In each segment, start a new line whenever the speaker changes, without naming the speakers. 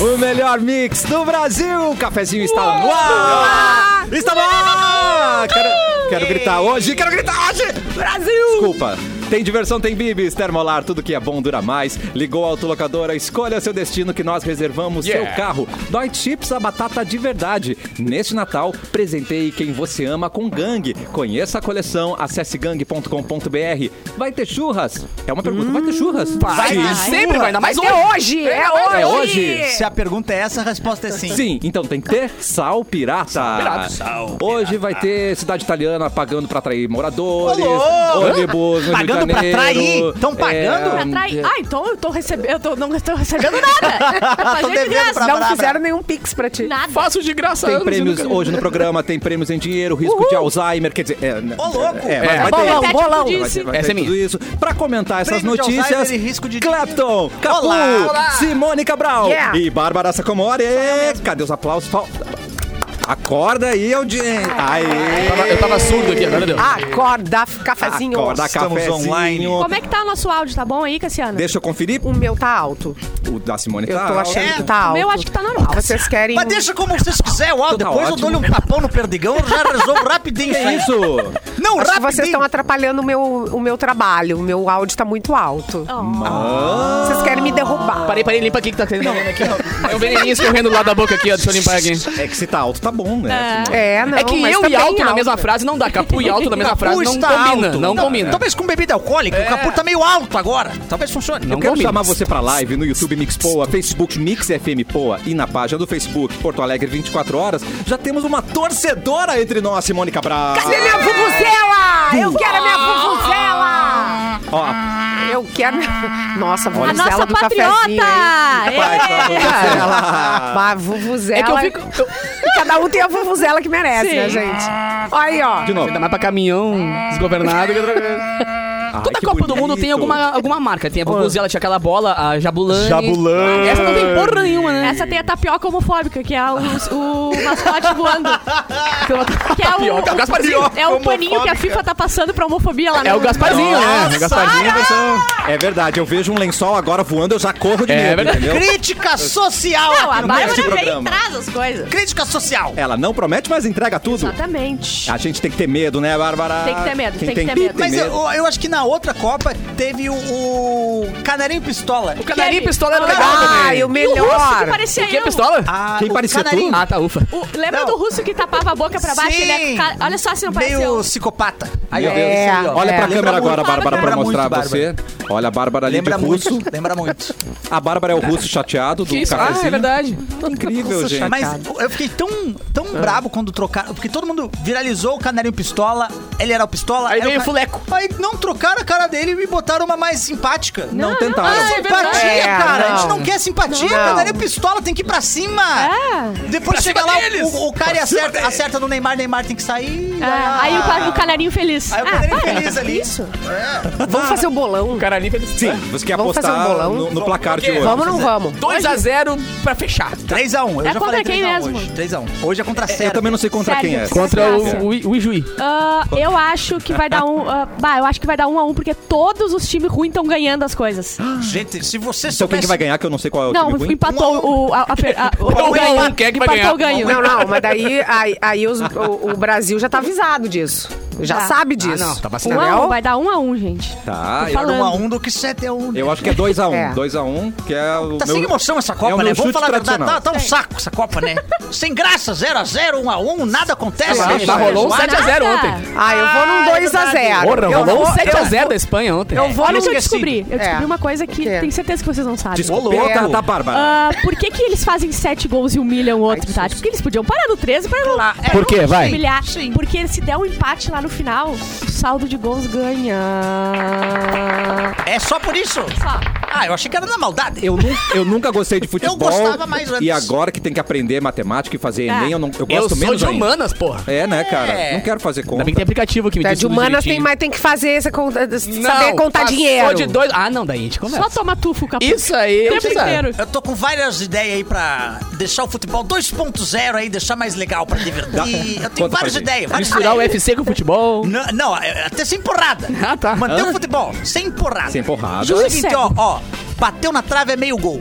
O melhor mix do Brasil. O cafezinho está no ar. Está no ar. Quero, quero gritar hoje. Quero gritar hoje. Brasil. Desculpa. Tem diversão, tem bibis, termolar, tudo que é bom dura mais. Ligou a autolocadora, escolha seu destino que nós reservamos
Yeah.
seu carro. Dói Chips, a batata de verdade. Neste Natal, presenteie quem você ama com Gang. Conheça a coleção, acesse gang.com.br. Vai ter churras? É uma pergunta, vai ter churras?
Vai,
Sim.
ter sempre vai, ainda mais
É
hoje.
hoje! É hoje!
É hoje.
Se a pergunta é essa, a resposta é sim.
Sim, então tem que ter sal pirata.
pirata.
Hoje vai ter cidade italiana pagando pra atrair moradores,
Ô, louco!
ônibus no Rio de Janeiro.
Pagando pra
É,
atrair? Tão pagando?
Pra atrair. Ah, então eu tô recebendo. Eu tô, não tô recebendo nada. Tá
Tô
gente
devendo
graça.
pra
não
Brabra.
fizeram nenhum pix pra ti.
Eu
Nada.
Faço de graça.
Tem
anos e
prêmios
nunca-
hoje no programa, tem prêmios em dinheiro, risco de Alzheimer, quer dizer... É,
Ô, louco!
É, mas vai ter-
bolão,
vai ter, vai
bolão.
ter, vai
Essa
ter
é minha.
tudo isso. Pra comentar essas
Prêmio de
notícias,
Alzheimer e risco de
Clapton, Capu,
Olá. Olá.
Simone Cabral
Yeah.
e Bárbara Sacomore. Cadê os aplausos? Fal- Acorda aí, audiência. Aê!
Eu tava- Eu tava surdo aqui, agora deu.
Acorda, f- cafezinho.
Acorda,
Estamos
cafezinho.
online.
Como é que tá o nosso áudio? Tá bom aí, Cassiano?
Deixa eu conferir.
O meu tá alto.
O da Simone
Eu
tá.
tô
alto.
achando que tá alto.
O meu acho que tá normal.
Vocês querem...
Mas Ah, deixa como vocês quiserem, uau,
Tá
depois eu
ótimo.
dou-lhe um tapão no perdigão, eu já resolvo rapidinho
Que
isso aí.
isso?
Não,
Acho que
rapidinho.
vocês estão atrapalhando o meu, o meu trabalho. O meu áudio tá muito alto.
Ah,
Ah,
Vocês querem me derrubar.
Parei, parei, limpa aqui que tá tendo aqui. ó. É um veneninho escorrendo do lado da boca aqui, ó. Deixa eu limpar aqui.
É que se tá alto, tá bom, né?
É, não,
é que
mas
eu
tá
e
bem
alto na mesma frase não dá. Capu e alto na mesma frase tá, não
está Então,
combina. Não combina. É.
Talvez com bebida alcoólica, o capô tá meio alto agora. Talvez funcione.
Não
Eu quero
combina.
chamar você pra live no YouTube Mix Poa, Facebook Mix FM Poa e na página do Facebook Porto Alegre 24 Horas. Já temos uma torcedora entre nós, Simone Cabral.
Cadê é minha vuvuzela? Eu quero a minha vuvuzela!
Ó,
Eu quero... minha- Nossa, a
A
vuvuzela
Nossa
do cafezinho. hein? tá
vai,
patriota!
vai,
Ela-
vovuzela.
Mas a vuvuzela...
É que eu fico. eu-
Cada um tem a vuvuzela que merece, né, gente? Aí, ó.
De novo.
Ainda mais pra caminhão desgovernado que outra coisa.
Ai,
Toda
que
Copa do
bonito.
Mundo tem alguma, alguma marca. Tem a Vuvuzela, tinha aquela bola, a Jabulani.
Jabulani.
Essa não tem porra nenhuma, né?
É. Essa tem a tapioca homofóbica, que é o, o mascote voando. Que é o,
Tapioca, Gasparzinho.
é o paninho que a FIFA tá passando pra homofobia lá
É o Gasparzinho, né? O Gasparzinho versão.
É verdade, eu vejo um lençol agora voando, eu já corro de
É
medo,
verdade.
entendeu?
Crítica social.
Não, a
aqui no
Bárbara
esse
vem e
programa.
traz as coisas.
Crítica social.
É,
Ela não promete, mas entrega tudo.
Exatamente.
A gente tem que ter medo, né, Bárbara?
Tem que ter medo,
Quem
tem que ter
pi-
medo.
Mas eu, eu acho que na outra Copa teve o, o Canarinho Pistola.
O canarinho
Teve.
pistola era legal
Ah,
também.
o
E o russo que
melhor.
parecia
O que é
eu.
pistola?
Ah,
Quem
o
parecia tu?
Canarinho.
Ah, tá, ufa.
O- lembra
Não.
do russo que tapava a boca pra baixo? Ele é
Sim.
ca- Olha só se não pareceu.
Meio psicopata. Aí,
Meu
ó,
Deus.
isso aí, ó.
Olha
É,
pra
lembra
câmera agora,
muito,
Bárbara, pra
Bárbara.
mostrar
Lembra
você. Olha, a Bárbara ali
Lembra
de russo.
muito. Lembra muito.
A Bárbara é o russo chateado do
Que isso? Ah,
cafezinho.
é verdade.
Incrível, gente. Ah.
Mas eu fiquei tão, tão brabo quando trocaram. Porque todo mundo viralizou o canarinho pistola. Ele era o pistola.
Aí
era
veio o
ca-
fuleco.
Aí não trocaram a cara dele e botaram uma mais simpática.
Não, tentaram.
Ah, é verdade.
Simpatia,
É,
cara. A gente
não.
não quer simpatia.
Não.
Canarinho pistola tem que ir pra cima.
É.
Depois chega lá, o, o cara acerta, acerta no Neymar. Neymar tem que sair.
Ah, aí o, ca- o canarinho feliz.
Aí o
Ah,
canarinho
para.
feliz ali.
Isso.
Vamos fazer o bolão?
O cara limpa ele.
Sim, você quer
Vamos fazer um
apostar
bolão?
no, no placar de
Vamos,
hoje.
Vamos ou não vamos?
2x0 pra fechar.
3x1. Eu
É
já
contra
falei
quem
3x1
mesmo?
hoje. 3x1. Hoje é contra a
Eu
Sérvia.
também não sei contra
Sério.
quem é.
Contra
Desgraça.
Então, o, o, I- o Ijuí.
Ah, eu acho que vai dar um. ah, bah, eu acho que vai dar um a um, porque todos os times ruins estão ganhando as coisas.
Ah,
Gente, se você
Então quem que vai ganhar, que eu não sei qual é o
Não,
time ruim?
empatou o. a- a- a- o-
um,
o ganho.
um, quem é que vai
Empatou o
ganhar?
ganho.
Não, não, mas daí aí, aí os- o, o Brasil já tá avisado disso. Já
Tá.
sabe disso.
não, tá
Um
vacinado.
a um,
Entendeu?
vai dar um a um, gente.
Tá,
Tô
eu-
falando.
1x1 do que 7x1.
Eu acho que é 2x1.
É.
2x1, que é o
Tá
meu...
sem emoção essa Copa,
é o
né?
meu
Vamos
chute
falar a verdade. Tá,
tradicional.
tá um saco essa Copa, né? sem graça, 0x0, 1x1, nada acontece.
Ah,
né?
tá, rolou um
Zoado.
7x0
Nada.
ontem.
Ah, eu vou num 2x0.
é Porra,
Eu
rolou um
vou-
7x0 da Espanha ontem.
Eu vou
Olha o
num
que eu
esquecido.
descobri. Eu descobri
É.
uma coisa que
quê?
tenho certeza que vocês não sabem.
Desculpa,
louco.
tá, Bárbara.
Ah, por que, que eles fazem sete gols e humilham o outro, Tati? Porque eles podiam parar no 13 pra não lá.
Por quê? Vai.
humilhar. Porque se der um empate lá no final, o saldo de gols ganha.
tá- É só por isso.
Só.
Ah, eu achei que era na maldade.
Eu, nu- eu nunca gostei de futebol.
gostava mais antes.
E agora que tem que aprender matemática e fazer Enem, eu, não, eu
Eu
gosto
sou
menos
de
ainda.
humanas, porra.
É, né, cara?
É.
Não quero fazer
Ainda
conta.
bem que tem aplicativo que me
Tá,
diz
de
tudo
humanas tem,
direitinho.
mas tem que fazer essa conta,
Não,
saber contar
passou
dinheiro.
de dois... Ah, não, daí a gente começa.
Só toma tufo, capô.
Isso aí,
O
eu ah,
tempo
sei lá.
inteiro.
Eu tô com várias ideias aí pra deixar o futebol 2.0 aí, deixar mais legal pra divertir. Eu tenho
Conta pra
várias
gente.
ideias, várias
Misturar o
ideias.
UFC com o futebol.
Não, não, é- até sem porrada.
Ah, tá.
Manter
Hã?
o futebol, sem porrada.
Sem porrada.
Diz o seguinte,
Sério?
ó, ó, bateu na trave é meio gol.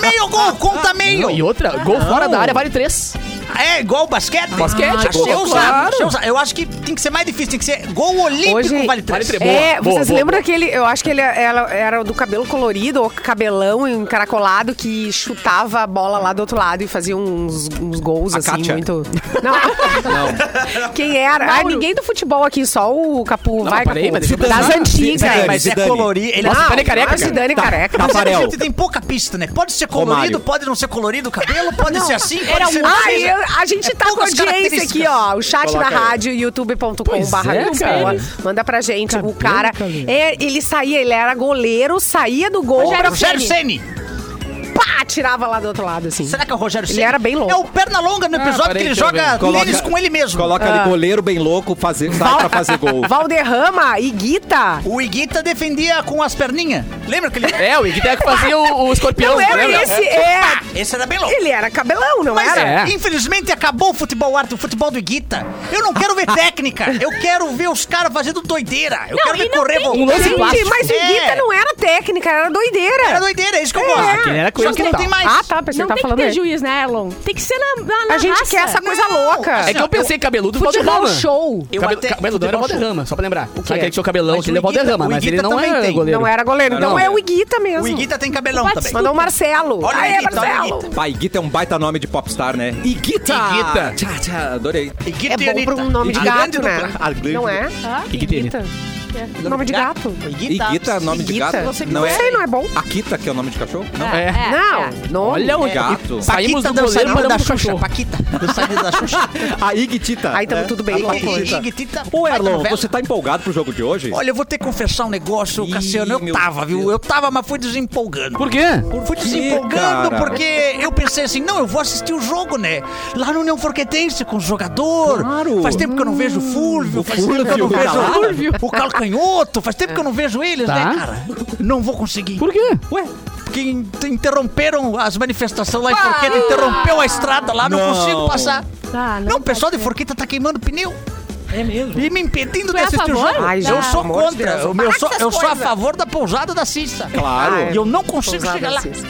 meio gol, conta meio.
Não, e outra, gol fora da área vale três.
É igual o basquete. Ah,
Basquete,
Achei
pô,
ousado,
claro.
achei ousado. Eu acho que tem que ser mais difícil, tem que ser gol olímpico
Hoje-
vale três.
Vale três. Boa,
É,
boa,
vocês
boa,
lembram
boa.
aquele. Eu acho que ele, ela era do cabelo colorido ou cabelão encaracolado que chutava a bola lá do outro lado e fazia uns, uns gols assim,
Kátia.
muito. Não. Quem era? Ai, ninguém do futebol aqui, só o Capu. Vai,
peraí,
Capu.
mas deixa eu
Das
pensar.
antigas.
Zidane,
Mas é
Zidane.
colorido. Ele
Nossa,
Não,
Zidane é careca,
mas
cara.
Zidane
Tá.
careca.
Tá.
Mas
Tafarel.
a gente tem pouca pista, né? Pode ser colorido,
Romário.
pode não ser colorido o cabelo, pode ser assim, pode
Era
ser...
um
Ai, eu- a gente
É
tá com
poucas
audiência aqui,
características.
ó. O chat da
Coloca aí.
rádio, youtube.com.br.
Pois é, cara.
Manda pra gente. o
Cabelo,
cara,
cabelo.
é, ele saía, ele era goleiro, saía do gol,
Rogério
pra
Rogério
frente,
Ceni.
pá, tirava lá do outro lado, assim.
Será que é o Rogério
Ele
Ceni?
era bem louco.
É o Pernalonga no episódio
parei,
que ele
Ah, deixa eu
joga
ver.
tênis com ele mesmo.
Coloca ali goleiro bem louco, fazer, sai pra fazer gol.
Valderrama e Guita.
O Iguita defendia com as perninhas. Lembra que ele...
É, o Iguita é que fazia o, o escorpião.
Não era
lembra?
esse, é.
Esse era bem louco.
Ele era cabelão, não
Mas,
era?
é.
infelizmente, acabou o futebol arte, o futebol do Iguita. Eu não quero ver técnica. Eu quero ver os caras fazendo doideira. Eu quero ver correr.
Um
voltar.
lance
Gente,
plástico.
mas o
É.
Guita não era técnica, era doideira.
Era doideira, é isso que eu
É.
gosto.
Aquele
era
Só
coisa
que não
que
tem
dá.
mais.
Ah, tá, pensei
Não
que
tem
tava
que
falando
ter
dele.
juiz, né, Erlon? Tem que ser na, na, na
A gente
raça. Tá?
quer essa coisa
Não,
louca.
É que eu pensei cabeludo do
Futebol
Valderrama.
show.
Eu
Cabelo,
até-
cabelo não
é
era
futebol show.
Valderrama, só pra lembrar.
quê?
Sabe aquele seu cabelão,
Mas
que ele é
o Iguita-
Valderrama,
o
mas
Iguita
ele não
também
era
tem.
goleiro.
Não era goleiro,
Não,
então é
não.
o Iguita mesmo.
O Iguita tem cabelão
Mas-
também.
Mandou o Marcelo.
Olha o
Aê,
Iguita, olha o
Marcelo.
Iguita.
Pai, Guita é um baita nome de popstar, né? Iguita!
Iguita.
Tchá, tchá, adorei.
É
Iguita
bom
e
pra
Anitta.
um nome de
A grande
gato,
dupla.
A
né?
grande
Não é?
Hã?
Iguita e Anitta.
Nome de gato.
Iguita.
Iguita, nome de
Iguita.
gato.
Você que não sei, não é bom?
Akita, que é o nome de cachorro? Não.
É.
Não, nome.
Olha o
Gato.
Saímos
Paquita
do goleiro
dançarina
para
da
o
Xuxa.
cachorro.
Paquita, dançarina da Xuxa.
A Igitita.
Aí tamo
né?
tudo bem,
Tá
A
papo.
Iguitita.
Iguitita,
Ô,
baita
Erlon,
novela.
você tá empolgado pro jogo de hoje?
Olha, eu vou ter que confessar um negócio,
Ih,
Cassiano. Eu
meu
tava, viu?
Deus.
Eu tava, mas fui desempolgando.
Por quê?
Eu Fui
quê,
desempolgando
cara?
porque eu pensei assim, não, eu vou assistir o jogo, né? Lá no União Forquetense com o jogador.
Claro. Hum,
Faz tempo que eu não vejo o Fulvio.
O
faz tempo que eu
Fulvio,
não vejo
cara.
o Fulvio. O Calcanhoto. Faz tempo que eu não vejo eles,
Tá.
né, cara? Não vou conseguir.
Por quê?
Ué, porque in- interromperam as manifestações lá em Forqueta, interrompeu a estrada lá, não,
Ah! Não.
consigo passar.
Ah,
Não, o pessoal de
pode ser.
Forqueta tá queimando pneu.
é mesmo.
E me impedindo
Tu
de
é a
assistir o
favor?
jogo.
Ai,
eu
gente,
sou
pelo amor de
contra.
Deus,
eu meu,
para
sou,
com essas
eu sou a
coisas.
favor da pousada da Cissa.
Claro.
Ah, é.
E eu não consigo
Pousada
chegar lá.
Assis.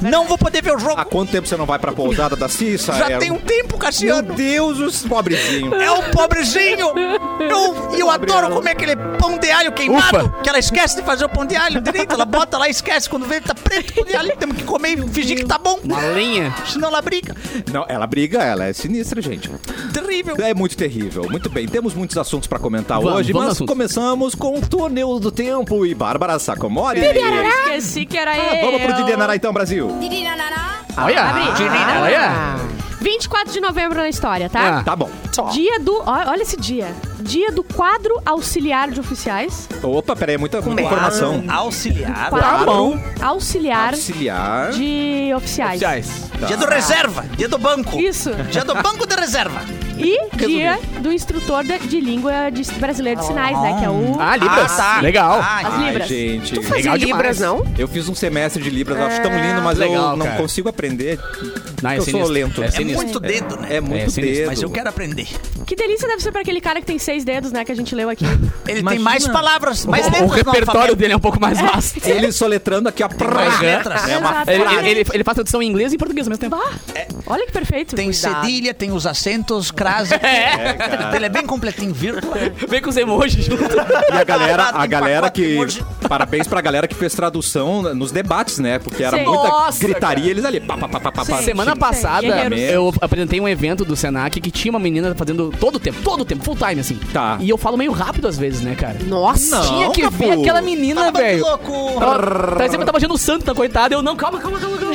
Não vou poder ver o jogo.
Há quanto tempo você não vai pra pousada da Cissa?
Já
Erlon?
tem um tempo,
Meu
Cassiano.
Deus, os pobrezinhos.
É o pobrezinho. Eu, e eu adoro comer aquele pão de alho queimado.
Ufa.
Que ela esquece de fazer o pão de alho direito. Ela bota lá e esquece. Quando vê, tá preto o pão de alho. Temos que comer e fingir que tá bom.
Malinha.
Senão ela briga.
Não, ela briga, ela é sinistra, gente.
Terrível.
É muito terrível. Muito bem, temos muitos assuntos pra comentar
Vamos,
hoje,
vamos
mas
no assunto.
começamos com o Torneio do Tempo e Bárbara Sacomori.
Esqueci que era
Ah,
ele.
vamos pro Didianará então, Brasil.
Olha.
Abre.
Ah,
É.
Olha.
24 de novembro na história, tá?
Ah.
Tá bom.
Dia do. ó, Olha esse dia. Dia do quadro auxiliar de oficiais.
Opa, peraí, é muita informação.
Auxiliar.
Quadro
bom. Tá
Auxiliar
Auxiliar.
de oficiais.
Sociais.
Tá.
Dia do reserva. Dia do banco.
Isso.
Dia do banco de reserva.
E dia do instrutor de, de língua de, brasileira de sinais, né? Que é o.
Ah, Libras.
Ah, tá.
Legal.
Ai,
As
Ai,
libras.
gente.
Tu fazia
Legal demais.
Libras, não?
Eu fiz um semestre de Libras, eu acho tão lindo, mas eu
Legal,
não
cara.
consigo aprender.
Não, é
eu sou
sinistro.
lento.
É
é
sinistro.
muito dedo, né?
É muito
É sinistro,
dedo.
Mas eu quero aprender.
Que delícia deve ser pra aquele cara que tem seis dedos, né? Que a gente leu aqui.
Ele tem
Imagina.
mais palavras, mais
O, o
letras no
repertório
alfabeto.
dele é um pouco mais vasto.
Ele soletrando aqui, ó. prá,
mais
né?
letras.
É uma
Exato.
Ele,
frase.
ele, ele- ele faz tradução em inglês e em português ao mesmo tempo.
Bah, olha que perfeito.
Tem
Cuidado.
cedilha, tem os acentos, crase.
cara.
Ele é bem completinho, vírgula.
é,
Vem com os emojis junto.
E a galera, a
Tem
galera
pacote
que.
emoji.
Parabéns pra galera que fez tradução nos debates, né? Porque era
Sim.
muita
Nossa,
gritaria,
cara.
eles ali. Pá, pá, pá, pá, pá,
Sim.
pá.
Semana
sim.
passada,
Guerreiros.
eu apresentei um evento do Senac que tinha uma menina fazendo
Todo o tempo, todo o tempo, full time, assim.
Tá.
E eu falo meio rápido às vezes, né, cara?
Nossa!
Não,
Tinha que ver
Capu.
aquela menina,
Ah, mas que
velho.
louco.
Ela, tá sempre tava achando o Santa, coitada. Eu, não, calma, calma, calma, calma.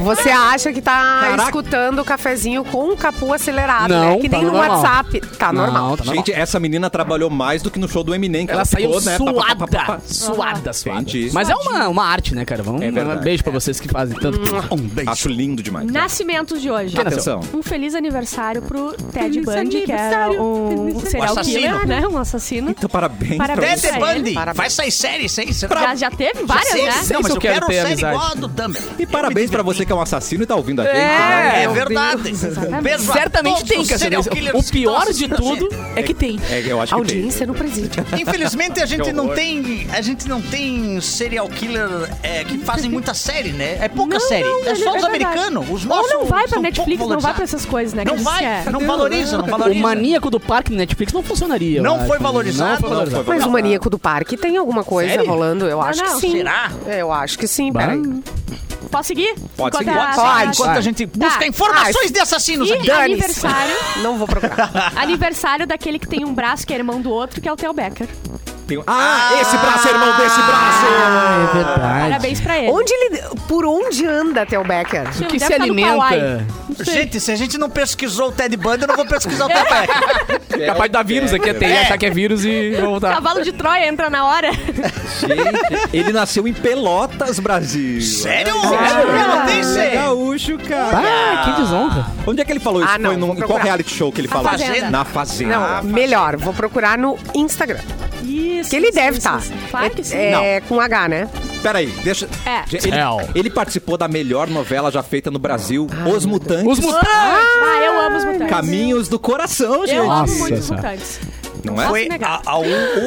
Você acha que tá
Caraca.
escutando o cafezinho com o capu acelerado,
Não,
né? Que
tá
nem no
normal.
WhatsApp. Tá
Não,
normal.
tá normal.
Gente, essa menina trabalhou mais do que no show do Eminem. Que ela,
Ela saiu
ficou, né? pá, pá, pá, pá, pá.
suada, suada, suada.
Entendi.
Mas é uma, uma arte, né, cara? Vamos,
É verdade. Hum.
um beijo pra vocês que fazem tanto. Um beijo.
Acho lindo demais.
Nascimentos de hoje.
Quem nasceu?
Atenção.
Um feliz aniversário pro Ted
Feliz
Bundy, que é
aniversário.
um
Feliz
serial
aniversário.
killer,
Assassino.
né? Um assassino.
Então, parabéns,
Parabéns.
pra
Dead
Isso aí.
Bundy.
Parabéns.
Vai sair série isso aí. Será?
Já, já teve várias,
Sim,
né?
sim,
Não,
mas
se
eu,
eu quero
quero,
ter
série
amizade.
igual a do Dumbledore.
você. E parabéns pra você que é um assassino e tá ouvindo a gente. né?
É
meu
verdade.
Deus,
exatamente.
Beijo a
Certamente
todos
tem,
os
cara.
serial
O
killers que
pior
estão
de
assistindo a
tudo é que tem.
É, eu acho que tem.
Audiência no presídio.
Infelizmente a gente
Que
não
horror.
tem. A gente não tem serial killer é, que fazem muita série, né? É pouca
Não,
série.
não,
é só os
verdade.
americanos. Os nossos.
Ou não vai pra
são
Netflix,
pouco
não vai pra
valorizados.
essas coisas, né? que
Não
diz que é-
vai, não valoriza, não
O
valoriza.
maníaco do parque no Netflix não funcionaria. eu
Não
acho. né?
foi valorizado,
Não foi
não
valorizado.
Mas o maníaco do parque tem alguma coisa
Sério?
rolando? Eu acho
não.
que sim. É,
Será?
Eu acho que sim,
Bah.
peraí.
Posso seguir?
Pode seguir.
a-
Ah,
Pode.
a-
enquanto
Vai.
a gente busca
Tá.
informações de assassinos aqui.
E aniversário,
Não vou procurar.
aniversário daquele que tem um braço que é irmão do outro, que é o Theo Becker.
Tem- Ah, esse braço, irmão, desse braço!
Ah, é verdade.
Parabéns pra ele.
onde ele. Por onde anda, Theo Becker?
Ele deve
que se
tá no
alimenta?
Kauai.
Gente, se a gente não pesquisou o Ted Bundy, eu não vou pesquisar o Ted Bundy.
É capaz de dar vírus aqui até.
É.
Ele achar que é vírus e vou voltar.
Cavalo de Troia entra na hora.
Gente, ele nasceu em Pelotas, Brasil.
Sério?
Sério?
Eu não tenho
Ele é
sério.
gaúcho, cara.
Ah, que desonra.
Onde é que ele falou isso?
Ah, não,
Foi num-
vou
em qual
procurar.
reality show que ele falou?
Fazenda.
Na Fazenda.
Não, melhor, vou procurar no Instagram.
Isso.
Que ele
isso,
deve
isso,
estar.
isso. Claro que sim.
É, com H, né?
Peraí, deixa.
É.
Gente, Ele,
Hell.
ele participou da melhor novela já feita no Brasil, Os Mutantes.
Os mutantes.
Ah, eu amo os mutantes.
Caminhos do coração, gente.
Eu
Nossa,
amo muito os
senhora.
mutantes.
Não é?
Foi a, a,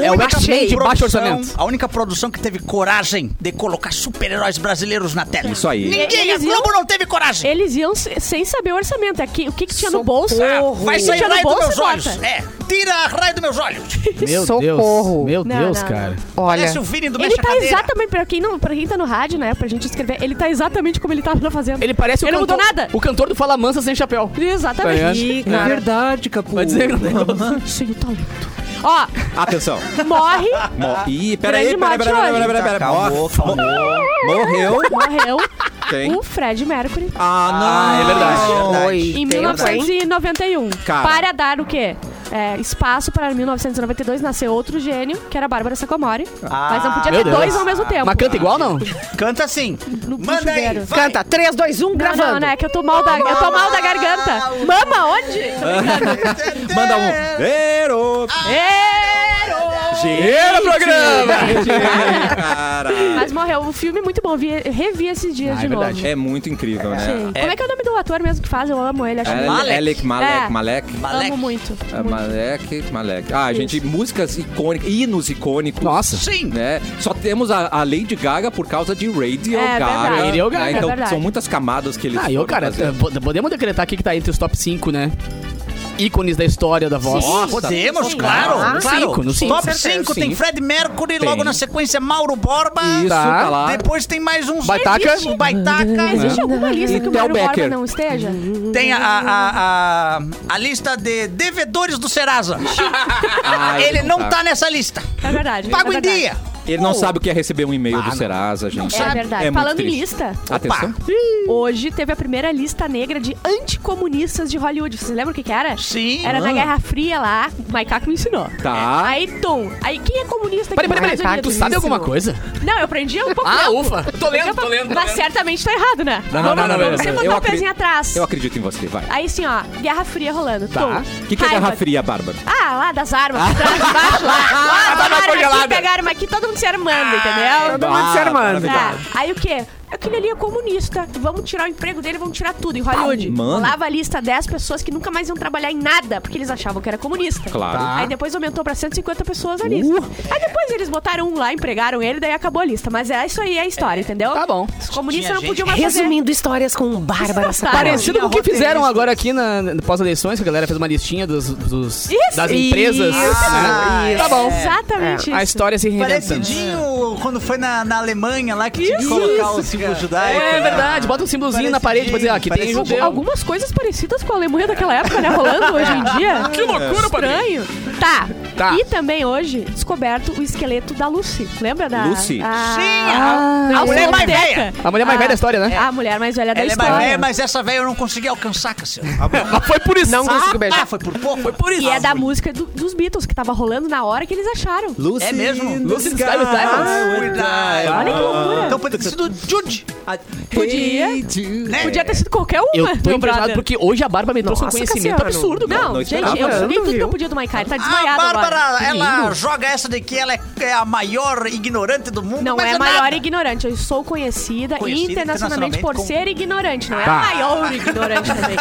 é
o X-Men de baixo orçamento.
A única produção que teve coragem de colocar super-heróis brasileiros na tela.
Isso aí.
Ninguém, a
Eles
Globo
iam- É,
não teve coragem.
Eles iam se- sem saber o orçamento. É que, o que, que tinha no
Socorro.
bolso?
Ah, vai
O que
sair
tinha no
raio dos
bolso
meus
bota.
olhos. É, tira raio dos meus olhos.
Meu
Socorro.
Deus. Meu
Não,
Deus,
não,
cara.
Olha.
um-
Parece o Vini do
Ele
Mexe
tá
Cadeira.
exatamente, pra quem, não, pra quem tá no rádio, né? Pra gente escrever, ele tá exatamente como ele tava na fazenda.
Ele parece o
Ele não
cantor-
mudou nada.
O cantor do Fala Mansa sem chapéu.
Exatamente.
Ih, cara.
É verdade, Capu.
Vai dizer que não tem
Sem o talento. tá Ó,
Atenção.
morre,
Mo- Ih, peraí, peraí,
Grande morte
peraí,
hoje.
peraí, peraí, peraí.
Acabou,
Mo- Morreu.
morreu
Tem.
o Fred Mercury
Ah, não.
Ah, é verdade.
Oi,
em
tempo, hein?
1991.
Cara.
Para dar o quê? É, espaço para 1992 nascer outro gênio, que era a Bárbara Sacomori. mas não podia
Ah,
ter
Meu Deus.
dois ao mesmo tempo.
Mas canta igual, não?
Canta assim. Manda aí.
chuveiro.
vai.
Canta, 3, 2, 1,
Não,
gravando.
Não, não, é que eu tô mal da, eu tô mal da garganta. Mama, onde?
Manda um. Ero.
É.
Era programa!
Cara.
Mas morreu. Um filme muito bom. Vi, revi esses dias
Ah,
de
é verdade.
novo.
É muito incrível, né?
Sim. Como é que é o nome do ator mesmo que faz? Eu amo ele. Acho
É,
muito-
Malek.
Alec, Malek,
É.
Malek.
Amo muito.
É,
muito.
Malek, Malek. Ah, gente, músicas icônicas, hinos icônicos.
Nossa.
Sim.
Né? Só temos a, a Lady Gaga por causa de Radio
É,
Gaga.
verdade.
Radio Gaga.
né? Então
É verdade.
são muitas camadas que eles.
Ah, eu,
foram
cara,
fazer.
eh, podemos decretar aqui que tá entre os top 5, né? Ícones da história da voz.
Sim.
Podemos,
Sim.
claro.
Ah, no
claro.
cinco, no cinco,
Top
certeza,
5 tem
sim.
Fred Mercury,
Tem.
logo na sequência Mauro Borba.
Isso,
Tá.
tá lá.
Depois tem mais uns.
Baitaca.
O Baitaca.
Existe alguma lista
E
que o
Theo
Mário Borba
Becker.
não esteja?
Tem a, a, a, a lista de devedores do Serasa.
Ah,
Ele não
sabe.
tá nessa lista.
É verdade.
Pago
é
em
verdade.
dia.
Ele não sabe o que é receber um e-mail do Serasa, gente.
É verdade.
muito
Falando em
triste.
lista,
Atenção.
hoje teve a primeira lista negra de anticomunistas de Hollywood. Vocês lembram o que, que era?
Sim.
Era na
Ah.
Guerra Fria lá. O Macaco me ensinou.
Tá.
Aí, Tom. Aí, quem é comunista?
Peraí,
aqui
peraí,
nos
peraí.
Estados
Tu
Unidos?
sabe alguma coisa?
Não, eu aprendi um pouco.
Ah,
tempo.
ufa. Tô lendo,
Eu-
tô lendo, tô
Mas
lendo.
certamente tá errado, né?
Não, não, não, não, não,
Você
não.
botou
Eu
o pezinho
acredito-
atrás.
Eu acredito em você, vai.
Aí assim, ó, Guerra Fria rolando.
Tá.
O que, que é Guerra Fria, Bárbara?
Ah, lá das armas, por trás, de baixo, lá. Ah,
tá na
pegaram aqui,
congelada. Ah,
pegaram aqui, todo mundo se armando, entendeu?
Todo
Ah,
mundo se armando.
Tá. Aí o quê? Aquele ali é comunista. Vamos tirar o emprego dele, vamos tirar tudo. Em Hollywood,
Mano.
rolava a lista 10 pessoas que nunca mais iam trabalhar em nada, porque eles achavam que era comunista.
Claro. Tá.
Aí depois aumentou pra 150 pessoas a lista. Aí depois eles botaram um lá, empregaram ele, daí acabou a lista. Mas é isso aí, é a história, entendeu?
Tá bom.
Os comunistas
Tinha
não
gente-
podiam mais fazer.
Resumindo histórias com Bárbara
Isso tá
Sacomori.
parecido.
Parecido com o que fizeram agora aqui na, na- pós-eleições, que a galera fez uma listinha dos, dos-
Isso.
das empresas.
Isso.
né?
Ah,
Tá bom.
Exatamente isso.
É, A história se reinventando.
Parecidinho quando foi na, na Alemanha lá que tinha que
Isso.
colocar o símbolo judaico. né?
É verdade, bota um símbolozinho na parede pra dizer,
"Ah,
ó, aqui tem
Parece
judeu.
Algumas coisas parecidas com a Alemanha daquela época, né? Rolando hoje em dia. Que loucura, Estranho. Tá.
Tá.
E também hoje, descoberto o esqueleto da Lucy. Lembra da...
Lucy?
A...
Sim,
Ah,
a- a mulher mais
biblioteca.
velha.
A mulher mais
Ah,
velha da história, né?
A mulher mais velha da
Ela é
história.
mais velha, mas essa velha eu não consegui alcançar, Cassiano.
Mas foi por isso.
Não consigo
Ah,
beijar.
foi por pouco. Foi
E é da música do- dos Beatles, que tava rolando na hora que eles acharam.
Lucy
É mesmo?
in the
Lucy in the Sky
sky
with diamonds.
Ah,
with diamonds.
Olha que loucura.
Então poderia ter sido Jude. Ah,
Podia.
Né?
Né?
Podia ter sido qualquer uma,
Eu tô
meu
impressionado
brother.
porque hoje a Bárbara me trouxe um
Nossa,
conhecimento
Cassiano.
absurdo, cara.
Não,
não
gente,
esperava.
eu joguei tudo que eu
Viu?
podia do Maikai. Tá
A
desmaiado
Ah, Bárbara,
agora.
ela joga essa daqui, ela é- é a maior ignorante do mundo.
Não
mas
é
é
a maior
nada.
ignorante. Eu sou conhecida,
Conhecida
internacionalmente por
internacionalmente
ser ignorante. Não é
Tá.
a maior ignorante também.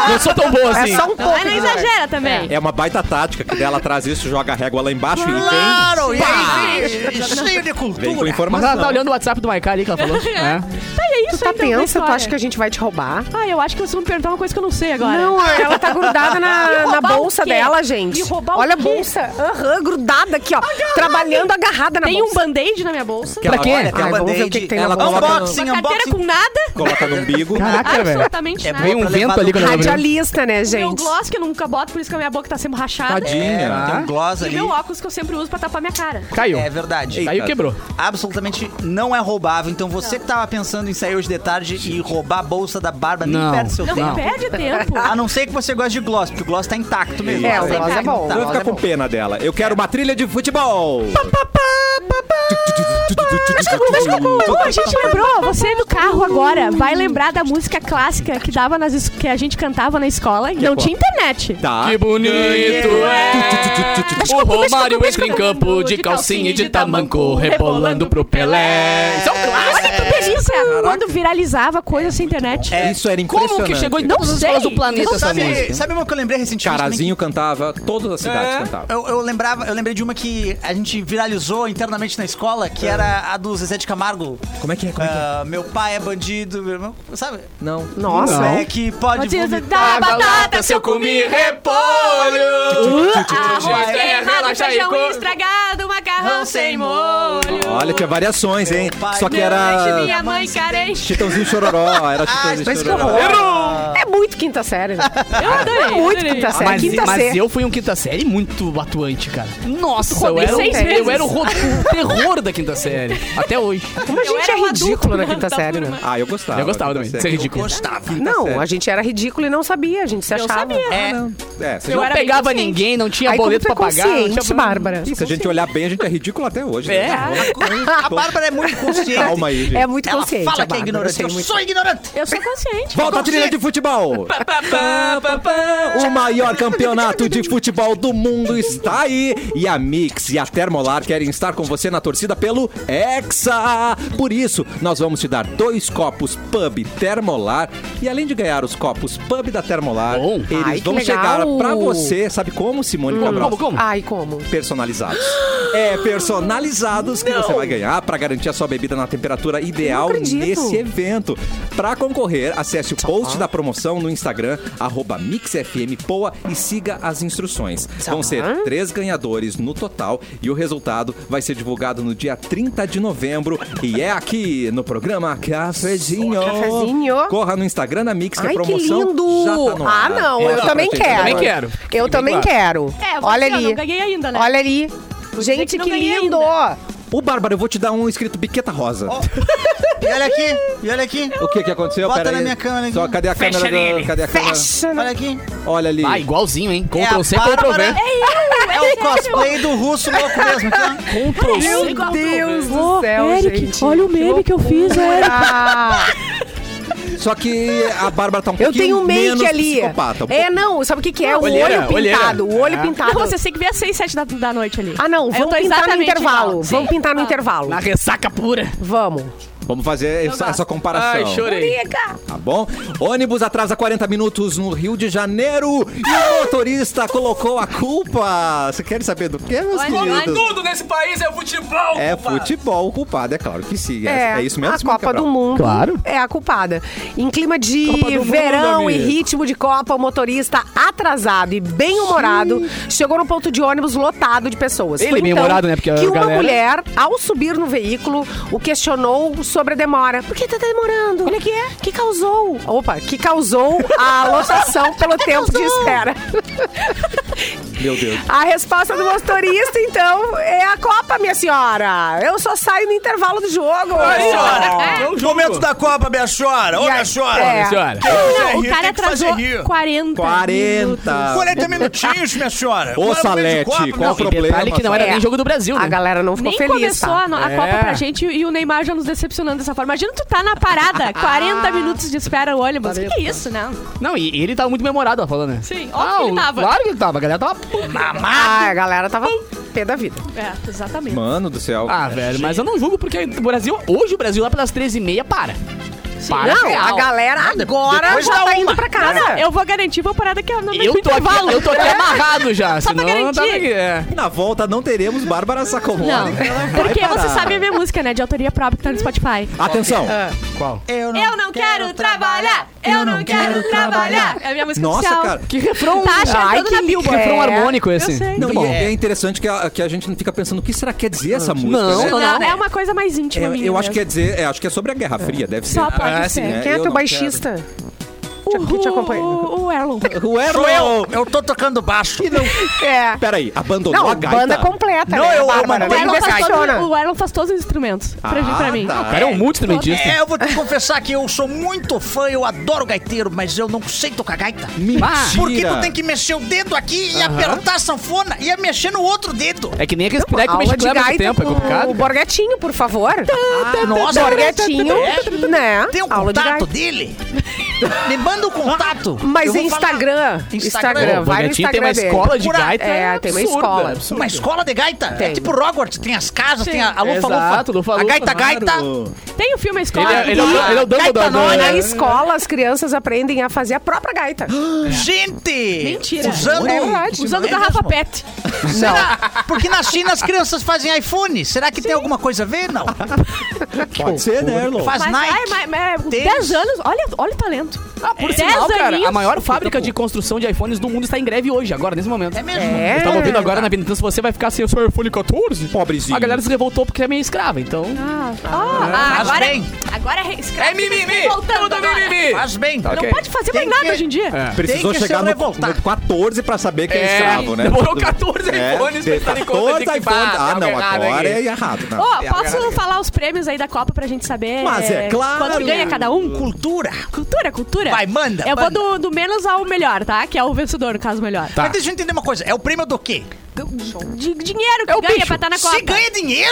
Não
Não sou tão boa assim.
É só um pouco.
é, não
ignorante.
exagera também.
É uma baita tática que dela traz isso, joga a régua lá embaixo e
Claro, e aí,
Sim.
vem- cheio de
vem, vem com
cultura.
Mas
informação.
ela tá olhando o WhatsApp do Maiká ali que ela falou. É.
Tá, e é isso
Tu tá
então, da
tensa, tu
história.
acha que a gente vai te roubar?
Ah, eu acho que vocês vão me perguntar uma coisa que eu não sei agora.
Não, ela tá grudada na,
E
na
roubar
bolsa
o quê?
dela, gente.
E roubar o
Olha a
quê?
bolsa. Aham, grudada aqui, ó. Trabalhando agarrada na
Tem um
bolsa.
band-aid na minha bolsa.
Ela
Pra quê?
olha, tem
Ai,
uma-
vamos ver o que, que tem um
Ela
na bolsa.
coloca-
Unboxing,
Uma carteira
unboxing.
com nada.
Coloca no umbigo.
É. Caraca, velho.
absolutamente
É
nada.
Veio um
pra
vento
levar
ali
no
quando ela abriu.
é Radialista, né,
Meu
gente?
gloss que eu nunca boto, por isso que a minha boca tá sempre rachada.
Tadinha.
né?
É, tem um gloss
E
ali.
meu óculos que eu sempre uso pra tapar minha cara.
Caiu.
É verdade.
Caiu, quebrou.
absolutamente não é roubável. Então você que tava pensando em sair hoje de tarde e roubar a bolsa da Bárbara, nem
Não.
perde seu
Não,
tempo.
perde tempo.
A não ser que você goste de gloss, porque o gloss tá intacto mesmo.
É, o
Tá
gloss é bom.
Eu vou
intacto.
ficar com pena dela. Eu quero uma trilha de futebol.
Bom, a gente lembrou, você aí no carro agora vai lembrar da música clássica que dava nas es- que a gente cantava na escola e não tinha internet.
Tá.
Que bonito é. O Romário entra em campo de calcinha e de tamanco, rebolando pro Pelé. Isso é um
Olha
clássico.
que delícia quando viralizava coisa sem internet.
Isso era impressionante.
Como que chegou em
Não
todas as
sei.
escolas do planeta essa
Sabe,
música?
sabe uma que eu lembrei recentemente? também?
Carazinho cantava, todas as cidades cantavam.
Eu, eu lembrava, eu lembrei de uma que a gente viralizou internamente na escola, que era a do Zezé de Camargo.
Como é que é? Como é que é?
Ah, meu pai é bandido, meu irmão. Sabe?
Não.
Nossa.
Não.
É que pode.
Mas isso dá
vomitar.
batata, se eu
comi repolho.
Arroz
é,
queimado,
relaxa aí,
feijão
cor-
estragado, macarrão sem molho.
Olha, tinha variações, hein?
Meu pai.
Só que
Não deixe minha
era
mãe carente.
Chitãozinho Chororó, era Chitãozinho
Mas que
Chororó.
horror. É muito quinta série. né?
Eu adorei.
É muito
adorei.
quinta série.
Mas,
quinta
mas
série.
eu fui um quinta série muito atuante, cara. Nossa, eu
rodei
era, o-
seis
eu
vezes.
era o, ro- o terror da quinta série. Até hoje.
Como a
Eu
gente
era
é
um adulto
ridículo na quinta
da
série, né?
turma.
Ah, eu gostava. É,
Eu gostava também. Isso é
Eu
ridículo.
gostava.
Não,
série.
a gente era ridículo e não sabia, a gente se
Eu
achava.
sabia. Ah,
É,
É,
se a
Eu
Não
gente-
era bem
pegava
consciente.
ninguém, não tinha
Aí como
boleto
tu é
pra pagar. não tinha
consciente,
problema.
Bárbara.
se a gente olhar bem, a gente é ridículo até hoje.
É.
A Bárbara é muito consciente.
Calma aí, gente.
É muito
Ela
consciente.
fala
a
que é
Bárbara, eu
ignorante.
sei
Eu
muito.
sou ignorante.
Eu sou consciente.
Volta a trilha de futebol! O maior campeonato de futebol do mundo está aí e a Mix e a Termolar querem estar com você na torcida pelo Hexa. Por isso, nós vamos te dar dois copos Pub Termolar e além de ganhar os copos Pub da Termolar,
Bom. Hum.
eles
Ai, que
vão
legal.
chegar pra você, sabe como, Simone Cabral?
Como, como?
Ai, como?
personalizados. É personalizados que você vai ganhar para garantir a sua bebida na temperatura ideal
Não acredito.
nesse evento. Para concorrer, acesse o post da promoção no Instagram arroba @mixfmpoa e siga as instruções. Vão ser três ganhadores no total e o resultado vai ser divulgado no dia 30 de novembro e é aqui no programa Cafezinho.
Cafezinho.
Corra no Instagram da Mix que
Ai,
a
que
promoção
lindo!
já tá no
ah,
ar.
não,
É,
eu
tá
também
pra gente
quero.
também quero.
Eu
Bem
também
claro.
quero.
É, vou
Olha
dizer,
ali.
eu não ganhei ainda, né?
Olha ali.
dizer
Gente,
que não
que
ganhei
lindo!
Ô, Bárbara, eu vou te dar um escrito biqueta rosa.
E olha aqui, e olha aqui.
O que que aconteceu?
Bota
Pera
na
aí.
minha câmera aqui.
Só, cadê a
Fecha
câmera?
nele.
Do, cadê a câmera?
Fecha, né?
Olha aqui.
Olha ali.
Ah, igualzinho, hein?
É
Ctrl
a
C, Ctrl
Bárbara.
V.
É o cosplay do russo louco mesmo. aqui, ó.
Ctrl
Meu
C.
Igual
Um Deus
tudo.
do céu,
Eric,
gente.
olha o meme que eu fiz, Eric.
Ah,
Só que a Bárbara tá um
eu
pouquinho
tenho um
menos
make ali.
psicopata. Um pouco-
É, não, sabe o que, que é? o
olheira,
olho
olheira.
pintado. O olho
Ah.
pintado.
Não, você tem que ver às 6, 7 da, da noite ali.
Tá, Ah, não,
Eu
vamos
tô
pintar no
exatamente
intervalo.
igual.
Vamos pintar no
Ah.
intervalo.
Na ressaca pura.
Vamos.
Vamos fazer essa, essa comparação.
Ai, chorei.
Tá bom? Ônibus atrasa 40 minutos no Rio de Janeiro e o motorista colocou a culpa. Você quer saber do que, meus
Olha,
queridos?
Tudo nesse país é futebol.
É
culpa.
futebol o culpado, é claro que sim. É, é isso mesmo,
A
Simone
Copa
Cabral?
do Mundo
Claro.
é a culpada. Em clima de
Copa do
verão
Mundo,
e
amigo.
ritmo de Copa, o motorista atrasado e bem humorado chegou no ponto de ônibus lotado de pessoas.
Ele
Foi
é bem
então
humorado, né? Porque a
que uma
galera-
mulher, ao subir no veículo, o questionou sobre a demora. Por que tá demorando? Olha que é. Que causou? Opa, que causou a lotação pelo tempo de espera.
Meu Deus.
A resposta do motorista, então, é a Copa, minha senhora. Eu só saio no intervalo do jogo.
Momento da Copa, minha senhora. Ô,
E
minha
aí,
senhora.
é.
Senhora.
Fazer
Não,
rir,
o cara
tem que fazer
atrasou
rir.
40.
40.
40 minutinhos, minha senhora.
Ô,
Agora, momento de
Salete,
Copa,
qual o
não.
problema?
Detalhe que não era
É.
nem jogo do Brasil,
A
né?
galera não ficou
Nem
feliz,
começou
tá?
a, no- a
É.
Copa pra gente e o Neymar já nos decepcionando dessa forma. Imagina tu tá na parada, 40 minutos de espera o ônibus. O que, que é isso, né? Ah,
Não, e, e ele tava muito memorado, ó, falando, né?
Sim, óbvio que ele
o-
tava.
Claro que ele tava, a galera tava...
Ah, a galera tava pé da vida.
É, exatamente.
Mano do céu.
Ah, velho, mas eu não julgo porque o Brasil... Hoje o Brasil lá pelas 13h30 para. Para
não,
real.
a galera agora
depois
já
dá
tá
uma.
indo pra casa.
Ah, Eu vou garantir, vou parar daqui a no
Eu tô, aqui, eu tô aqui amarrado já,
Só pra
senão eu não tava
garantir.
aqui. é.
Na volta não teremos Bárbara Sacomori.
Não,
Vai
porque
parar.
você sabe a minha música, né? De autoria própria que tá no Spotify.
Atenção.
Qual?
Eu
Eu não quero trabalhar! Eu não quero trabalhar! É a minha música
Nossa,
oficial.
cara.
Que refrão...
Tá achando
Ai,
tudo
que
na
lindo, que
Billboard.
refrão
É.
harmônico
Eu
esse.
sei.
Não,
Muito
e
bom.
é interessante que a, que a gente não fica pensando o que será que quer dizer essa música.
Não,
né?
não,
Não,
não.
é uma coisa mais íntima
Eu,
minha.
eu acho que
mesmo.
quer dizer, é, acho que é sobre a Guerra Fria, deve ser.
Só pode
Ah,
ser.
sim, é.
Quem é
eu
teu
não
baixista?
O,
te acompanha.
o, o Erlon.
O Erlon!
Eu tô tocando baixo.
É.
Peraí, abandonou
Não,
a gaita?
banda completa,
Não,
né,
eu- eu
Bárbara?
O
Bem
Erlon, faz
decepciona.
todo, o Erlon faz todos os instrumentos. Pra, mim- pra mim.
Ah, tá.
O cara é um multi-instrumentista.
É, eu vou te confessar que eu sou muito fã, eu adoro gaiteiro, mas eu não sei tocar gaita.
Mentira!
Porque tu tem que mexer o dedo aqui e apertar a sanfona e é mexer no outro dedo.
É que nem aqueles bonecos
Aula de
mexicanos ao mesmo
gaita
tempo, é
com
complicado.
o Borgatinho, por favor.
Nossa,
Borgatinho, né?
tem o
Aula de
contato
gaita.
dele? Me manda o contato.
Mas
Eu vou
Instagram.
falar.
Instagram,
O
vai no
Bonetinho
Instagram
tem uma
dele.
escola de
Procura-
gaita.
É, tem uma
absurda,
escola.
absurda.
Uma escola de gaita?
Tem.
É tipo Hogwarts, tem as casas, tem a, a lufa,
Exato,
lufa,
lufa-lufa,
A gaita,
claro.
gaita.
Tem o filme A
Ele
Escola.
é, ele é o- ele é o Dumbledore.
Gaita
do-
nós,
Na
é.
escola, as crianças aprendem a fazer a própria gaita.
É.
Gente!
Mentira.
Usando,
É verdade.
Usando
É
garrafa
mesmo?
pet.
Não.
Porque na China as crianças fazem iPhone. Será que tem alguma coisa a ver? Não.
Pode ser, né, Erlon?
Faz
Mas,
Nike.
ai, mas, mas,
tênis.
10 é anos, olha, olha o talento.
Ah, por
É.
sinal,
Dez
cara, a
aninhos.
maior fábrica de construção de iPhones do mundo está em greve hoje, agora, nesse momento.
É mesmo?
É.
Estava ouvindo agora na vida, então se você vai ficar sem o seu iPhone 14,
Pobrezinho.
a galera se revoltou porque é meio escrava, então...
Ah, ah,
Faz
agora,
bem.
agora é escravo.
É mimimi!
Voltando
Tudo é
agora.
mimimi!
Faz bem.
Tá,
Não
ok. É.
pode fazer mais
Tem
nada
É, que-
hoje em dia.
Precisou
Tem que
chegar
se
no,
revoltar.
no 14 pra saber que é, escravo, né?
Demorou 14
É,
iPhones pra
de-
se darem conta
14
de que,
iPhones.
pá, tem
Ah,
algo
não,
errado
agora
aqui.
é errado. Não.
Ô, posso falar os prêmios aí da Copa pra gente saber?
Mas é
eh,
claro.
Quanto ganha cada um?
Cultura.
Cultura, cultura.
Vai, manda,
Eu vou
manda.
do, do menos ao melhor, tá? Que é o vencedor, no caso, melhor.
Tá.
Mas deixa eu entender uma coisa. É o prêmio do quê?
De, dinheiro que
É o
ganha
bicho.
pra estar na Copa.
Se ganha dinheiro?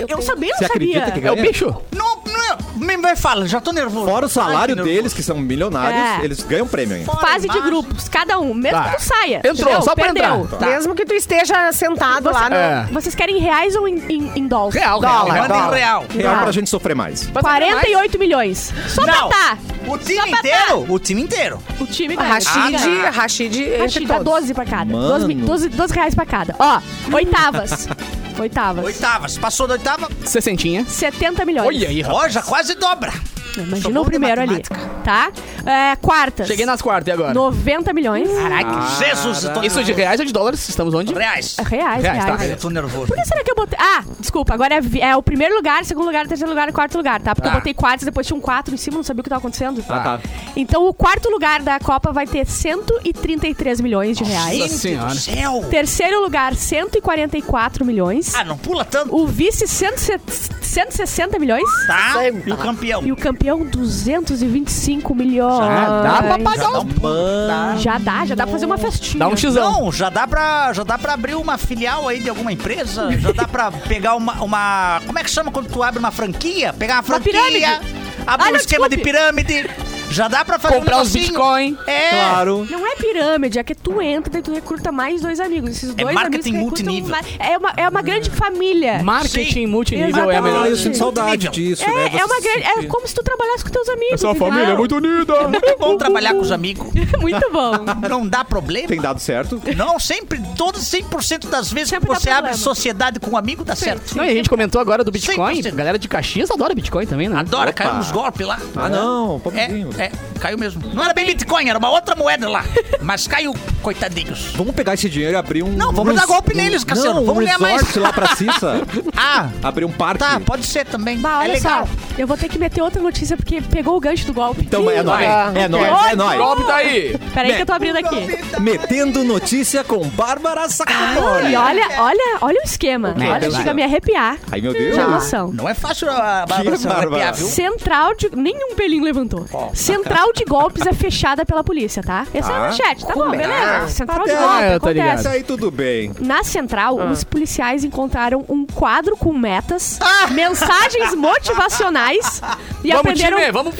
Eu, eu sabia, eu
Você
sabia.
acredita que
É o
ganha?
bicho?
Não, não. Me vai fala, já tô nervoso.
Fora o salário
Ai, que
deles,
nervoso.
que são milionários,
É.
eles ganham prêmio ainda.
Fora
Fase de
imagem.
grupos, cada um. Mesmo
Tá.
que tu saia.
Entrou, só pra
Perdeu.
entrar.
Tá.
Mesmo que tu esteja sentado lá no...
É.
Vocês querem reais ou em, em, em dólar?
Real, real,
Dólar.
real.
Manda em real.
Real
Ah.
pra gente sofrer mais.
Mas é
48 milhões. Só pra
Não.
tá.
O
Só
time
pra
inteiro? O time inteiro.
O time ganha.
Ah, Rashid,
Ah, tá.
é Rashid, entre
Rashid, é dá
todos.
12 pra cada.
Mano.
12, mi- 12 12 reais pra cada. Ó, oitavas. oitavas.
Oitavas. Passou da oitava?
60.
70 milhões.
Olha aí, rapaz.
Ó, já quase dobra.
Imagina
Sou
o
bom de
primeiro ali. Tá? É, quartas.
Cheguei Ah, nas quartas e agora?
90 milhões.
Jesus, eu tô
Isso de reais ou de dólares? Estamos onde?
Reais.
Reais,
Reais,
reais.
tá.
Ai, eu tô nervoso.
Por que será que eu botei. Ah, desculpa, agora é, vi- é o primeiro lugar, segundo lugar, terceiro lugar e quarto lugar, tá? Porque eu
Tá.
botei quartos, depois tinha um quatro em cima, não sabia o que tava acontecendo.
Ah, tá.
Então o quarto lugar da Copa vai ter 133 milhões de reais.
Nossa
Gente
senhora.
do céu.
Terceiro lugar, 144 milhões.
Ah, não pula tanto.
O vice, 160 milhões.
Tá? E o campeão.
E o campeão, 225 milhões.
dá pra pagar
Dá
uns...
um-
Já dá, já dá pra fazer uma festinha.
Dá um xizão.
Não, já dá, pra, já dá pra abrir uma filial aí de alguma empresa? Já dá pra pegar uma, uma. Como é que chama quando tu abre uma franquia? Pegar uma franquia.
pirâmide.
Abrir
Ah,
um
não,
esquema
desculpe.
de pirâmide. Já dá pra fazer
Comprar
um
os
negocinho.
bitcoin.
É.
Claro.
Não é pirâmide, é que tu entra e tu recruta mais dois amigos. Esses
É
dois amigos
marketing
que recrutam
multinível.
mais- É uma, é uma grande família.
Marketing
Sim.
multinível é a melhor.
Ah, eu
É. Exatamente.
sinto saudade disso, né?
É, é
Você
uma
se
grande. É
sentir-
como se tu trabalhasse com teus amigos.
Essa
entendeu? É
família é muito unida.
É bom trabalhar com os amigos.
Muito bom.
Não dá problema.
Tem dado certo?
Não, sempre, todos 100% das vezes
Sempre
que
dá
você abre
problema.
sociedade com um amigo, dá certo.
Não, e a gente comentou agora do Bitcoin.
100%.
Galera de Caxias adora Bitcoin também, né?
Adora, caiu uns golpes lá.
Ah, não,
É,
pobrezinho.
é, caiu mesmo. Não era bem Bitcoin, era uma outra moeda lá. Mas caiu, coitadinhos.
Vamos pegar esse dinheiro e abrir um.
Não, vamos
um
dar
res-
golpe neles, Cassiano.
Não,
Vamos
um
ganhar
resort
mais.
lá pra Cissa.
Ah,
abrir um parque.
tá, pode ser também.
Bah,
é
olha
legal.
só. Eu vou ter que meter outra notícia porque pegou o gancho do golpe.
Então é nóis. É nóis, é
Ótimo.
nóis.
Golpe daí.
Peraí que eu tô abrindo aqui.
Metendo notícia com Bárbara
E
Sacadori.
olha, olha, olha o esquema.
que é
Olha,
isso?
chega a me arrepiar.
Ai, meu Deus. Tá.
De emoção.
Não é fácil a Bárbara se
Bárbara.
arrepiar, viu?
Central de. Nenhum pelinho levantou. Central de golpes é fechada pela polícia, tá? Essa é
Ah,
a manchete, tá bom, beleza. Central de
Até-
golpes,
é, eu tô
acontece.
Isso aí tudo bem.
Na central, os policiais encontraram um quadro com metas, mensagens motivacionais e
Vamos,
aprenderam.
time, vamos.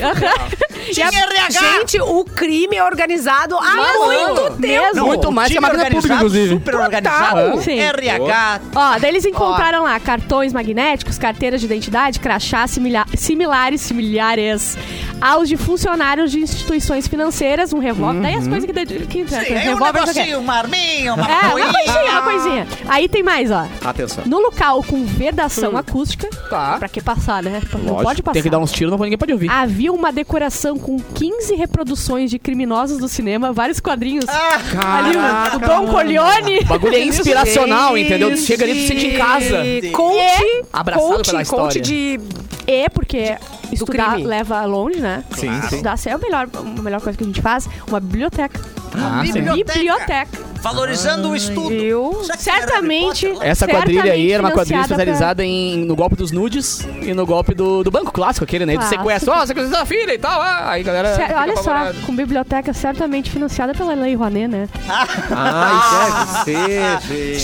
e
Tinha
é
RH!
Gente, o crime é organizado há
Não,
muito
não.
tempo.
Mesmo.
Muito mais que a máquina pública, inclusive.
Super organizado.
Sim.
RH.
Ó, daí eles encontraram lá cartões magnéticos, carteiras de identidade, crachás simila- similares, similares aos de funcionários de instituições financeiras, um revólver. Daí as coisas que, de- que
Sim,
que-
é um
revólver, não sei o quê.
negocinho, uma arminha, uma
É, uma coisinha,
coinha.
uma coisinha. Aí tem mais, ó.
Atenção.
No local com vedação acústica.
Hum. Tá.
Pra que passar, né? Não
Lógico,
pode passar.
Tem que dar um uns tiros, não ninguém pode ouvir.
Havia uma decoração com 15 reproduções de criminosos do cinema, vários quadrinhos. Ah, ali, o- o Don Corleone.
O bagulho é inspiracional, entendeu? Tu chega ali, tu sente em casa.
E Conte,
Abraçado
conte,
pela história.
conte de...
E, É, porque estudar
crime.
leva longe, né?
Sim, sim.
Estudar é a melhor, a melhor coisa que a gente faz. Uma biblioteca.
Ah, sim.
Biblioteca.
Biblioteca.
Valorizando o estudo.
Eu...
Será que era
Certamente.
Harry Potter lá?
né? Essa quadrilha aí era uma quadrilha
financiada pra-
especializada em, no golpe dos nudes e no golpe do, do banco clássico, aquele, né? Do
Clássico.
sequestro. Ó, sequestro da filha e tal. ah, Aí, galera.
Cer-
fica
Olha
apavorada.
só, com biblioteca certamente financiada pela Lei Rouanet, né?
Ai, deve ser, gente.
Certamente,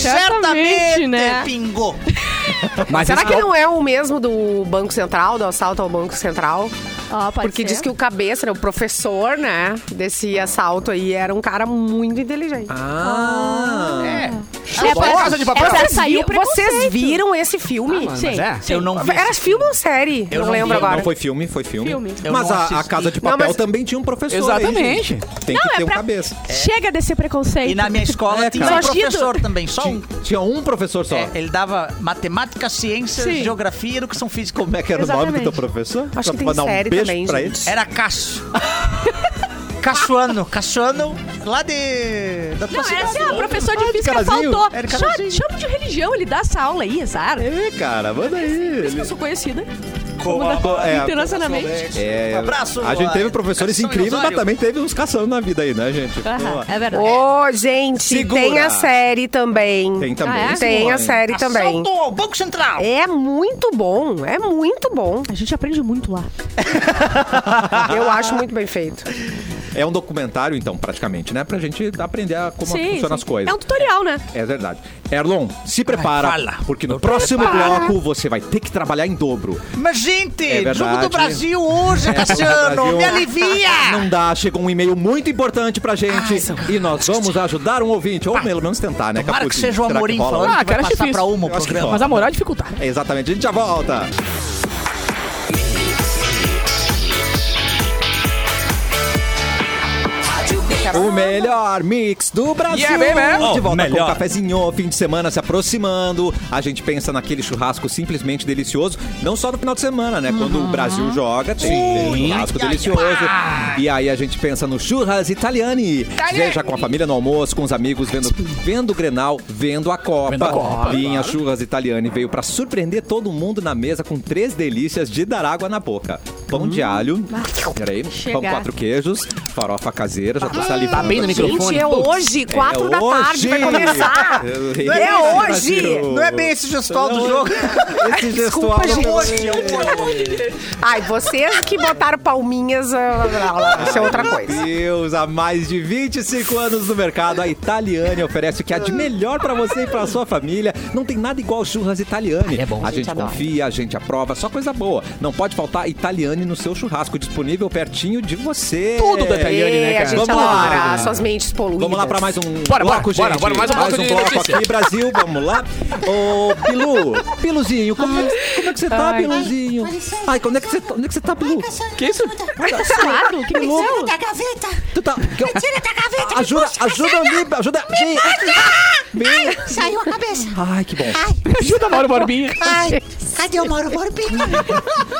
Certamente, né?
pingou.
Mas
Será
esse
que
golpe-
não é o mesmo do Banco Central, do assalto ao Banco Central?
Ó, pode
Porque
ser.
diz que o cabeça, né, o professor, né, desse assalto aí, era um cara muito inteligente.
Ah.
É,
Agora,
pra-
Casa de Papel.
é pra
Vocês
sair o
viram- vocês
preconceito. Ah,
viram esse filme?
Mas
Sim,
é.
sim.
Eu não vi.
Era filme ou série?
Eu
Eu não,
não
lembro
vi,
agora.
Não, foi filme, foi filme.
Filme.
Eu
Mas
não
a, a
assisti.
Casa de
Não,
Papel
mas-
também tinha um professor. Aí,
Exatamente.
gente. Tem que
Não, é
ter um
pra-
cabeça.
Chega desse preconceito.
E na minha escola
É,
tinha
cara.
um
Imagina.
professor também, só um.
Tinha, tinha um professor só.
É, ele dava matemática, ciências,
Sim.
geografia e educação física.
Como é que era o nome
Exatamente.
do teu professor?
Acho
Só
que
pra
tem
mandar um
série
beijo
também,
pra
gente.
ele.
Era Cássio. Caçoano, Caçoano, lá de. Da tua
Não, era
cidade.
assim, ó, o professor de
Ah, de
física
carazinho.
faltou.
Era
Chama,
carazinho.
chama de religião, ele dá essa aula aí, azar. Por
É, cara, manda aí.
isso que eu
Ele-
sou conhecida
Como
da-
a- é,
internacionalmente.
É,
Um Abraço,
a gente teve
Eduardo.
professores
Cação
incríveis, mas
Ilusório.
também teve uns caçando na vida aí, né, gente? Vamos
Aham,
lá.
é verdade.
Ô, gente,
Segura.
tem a série também.
Tem também.
Ah, é?
sim,
Tem a
homem.
série também.
Assalto ao Banco Central.
É muito bom, é muito bom.
A gente aprende muito lá.
Ah.
Eu acho muito bem feito.
É um documentário, então, praticamente, né? Pra gente aprender a como funcionam as coisas.
É um tutorial, né?
É verdade. Erlon, se prepara,
fala.
porque no próximo bloco você vai ter que trabalhar em dobro.
Mas, gente,
É
jogo
verdade. É,
do Brasil hoje, Cassiano,
Brasil.
me alivia.
Não dá, chegou um e-mail muito importante pra gente e nós vamos ajudar um ouvinte, ou pelo menos tentar, né,
Tomara que
Capuzinho?
seja um o
Será
Amorim
rola?
falando
Ah,
que
cara, acho
vai passar pra
difícil.
uma o
Eu acho que
programa.
Mas a moral é dificultar.
É, Exatamente, a gente já volta. O melhor mix do Brasil.
Yeah, baby. Oh,
de volta
melhor.
com o cafezinho, fim de semana se aproximando. A gente pensa naquele churrasco simplesmente delicioso. Não só no final de semana, né? Quando o
Uhum.
Brasil joga, tem um
Ui,
churrasco
ai, ai,
delicioso. E aí a gente pensa no churras italiani. Seja com a família no almoço, com os amigos, vendo, vendo o Grenal, vendo a Copa.
Vendo a Copa,
Linha Churras Italiani veio pra surpreender todo mundo na mesa com três delícias de dar água na boca. Pão
Hum.
de alho, peraí, pão
Chegar.
quatro queijos, farofa caseira, já
Ah,
tô salivando.
Tá bem no
Gente,
microfone.
é
Putz.
hoje, quatro da tarde, vai começar.
É,
É hoje.
Não é bem esse gestual do
Não,
jogo.
Esse gestual é
Desculpa,
não-
gente. Ai, vocês que botaram palminhas, ah, lá, lá, lá, isso é outra coisa.
Meu Deus, há mais de 25 anos no mercado, a Italiane oferece o que há de melhor pra você e pra sua família. Não tem nada igual churras Italiane.
é bom.
A gente confia, a gente aprova, só coisa boa. Não pode faltar Italiane Italiane no seu churrasco, disponível pertinho de você.
Tudo da Italiane. Italiane, né,
E a
cara?
gente
Vamos lá.
adora as suas mentes poluídas.
Vamos lá para mais um
Bora,
bloco,
bora, bora,
gente.
bora, mais um bloco de
bloco
notícia.
aqui, Brasil. Vamos lá. Ô, Pilu, Piluzinho, como, é que- como é que você tá,
Ai.
Piluzinho? Ai, como é que você, tá- onde é que você tá, Pilu?
Que isso?
Tá suado? O que que
Tira
aconteceu?
da gaveta!
Tu tá...
Tira da gaveta! me
Ajuda,
puxa,
ajuda me, ajuda me. Me-
Saiu a cabeça!
Ai, que bom.
Ai,
Ajuda, Mauro Borbinha.
ai! Cadê o Mauro Borbinha?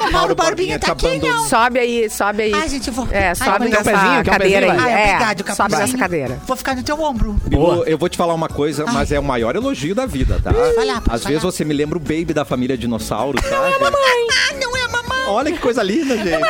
O Mauro Borbinha tá aqui,
acabando-
não!
Sobe aí, sobe aí.
Ai, gente, eu vou-
É,
Ai,
sobe
mas-
nessa
Quer um pezinho? Quer um
cadeira
pezinho?
aí.
Ai,
é,
obrigado,
sobe
Capuzinho.
nessa cadeira.
Vou ficar no teu ombro.
Bilu,
Boa.
eu vou te falar uma coisa, mas é o maior elogio da vida, tá?
Vai lá, pode
Às vezes
falar.
você me lembra o Baby da família Dinossauro, sabe?
Ah, não é a mamãe!
Olha que coisa linda, gente.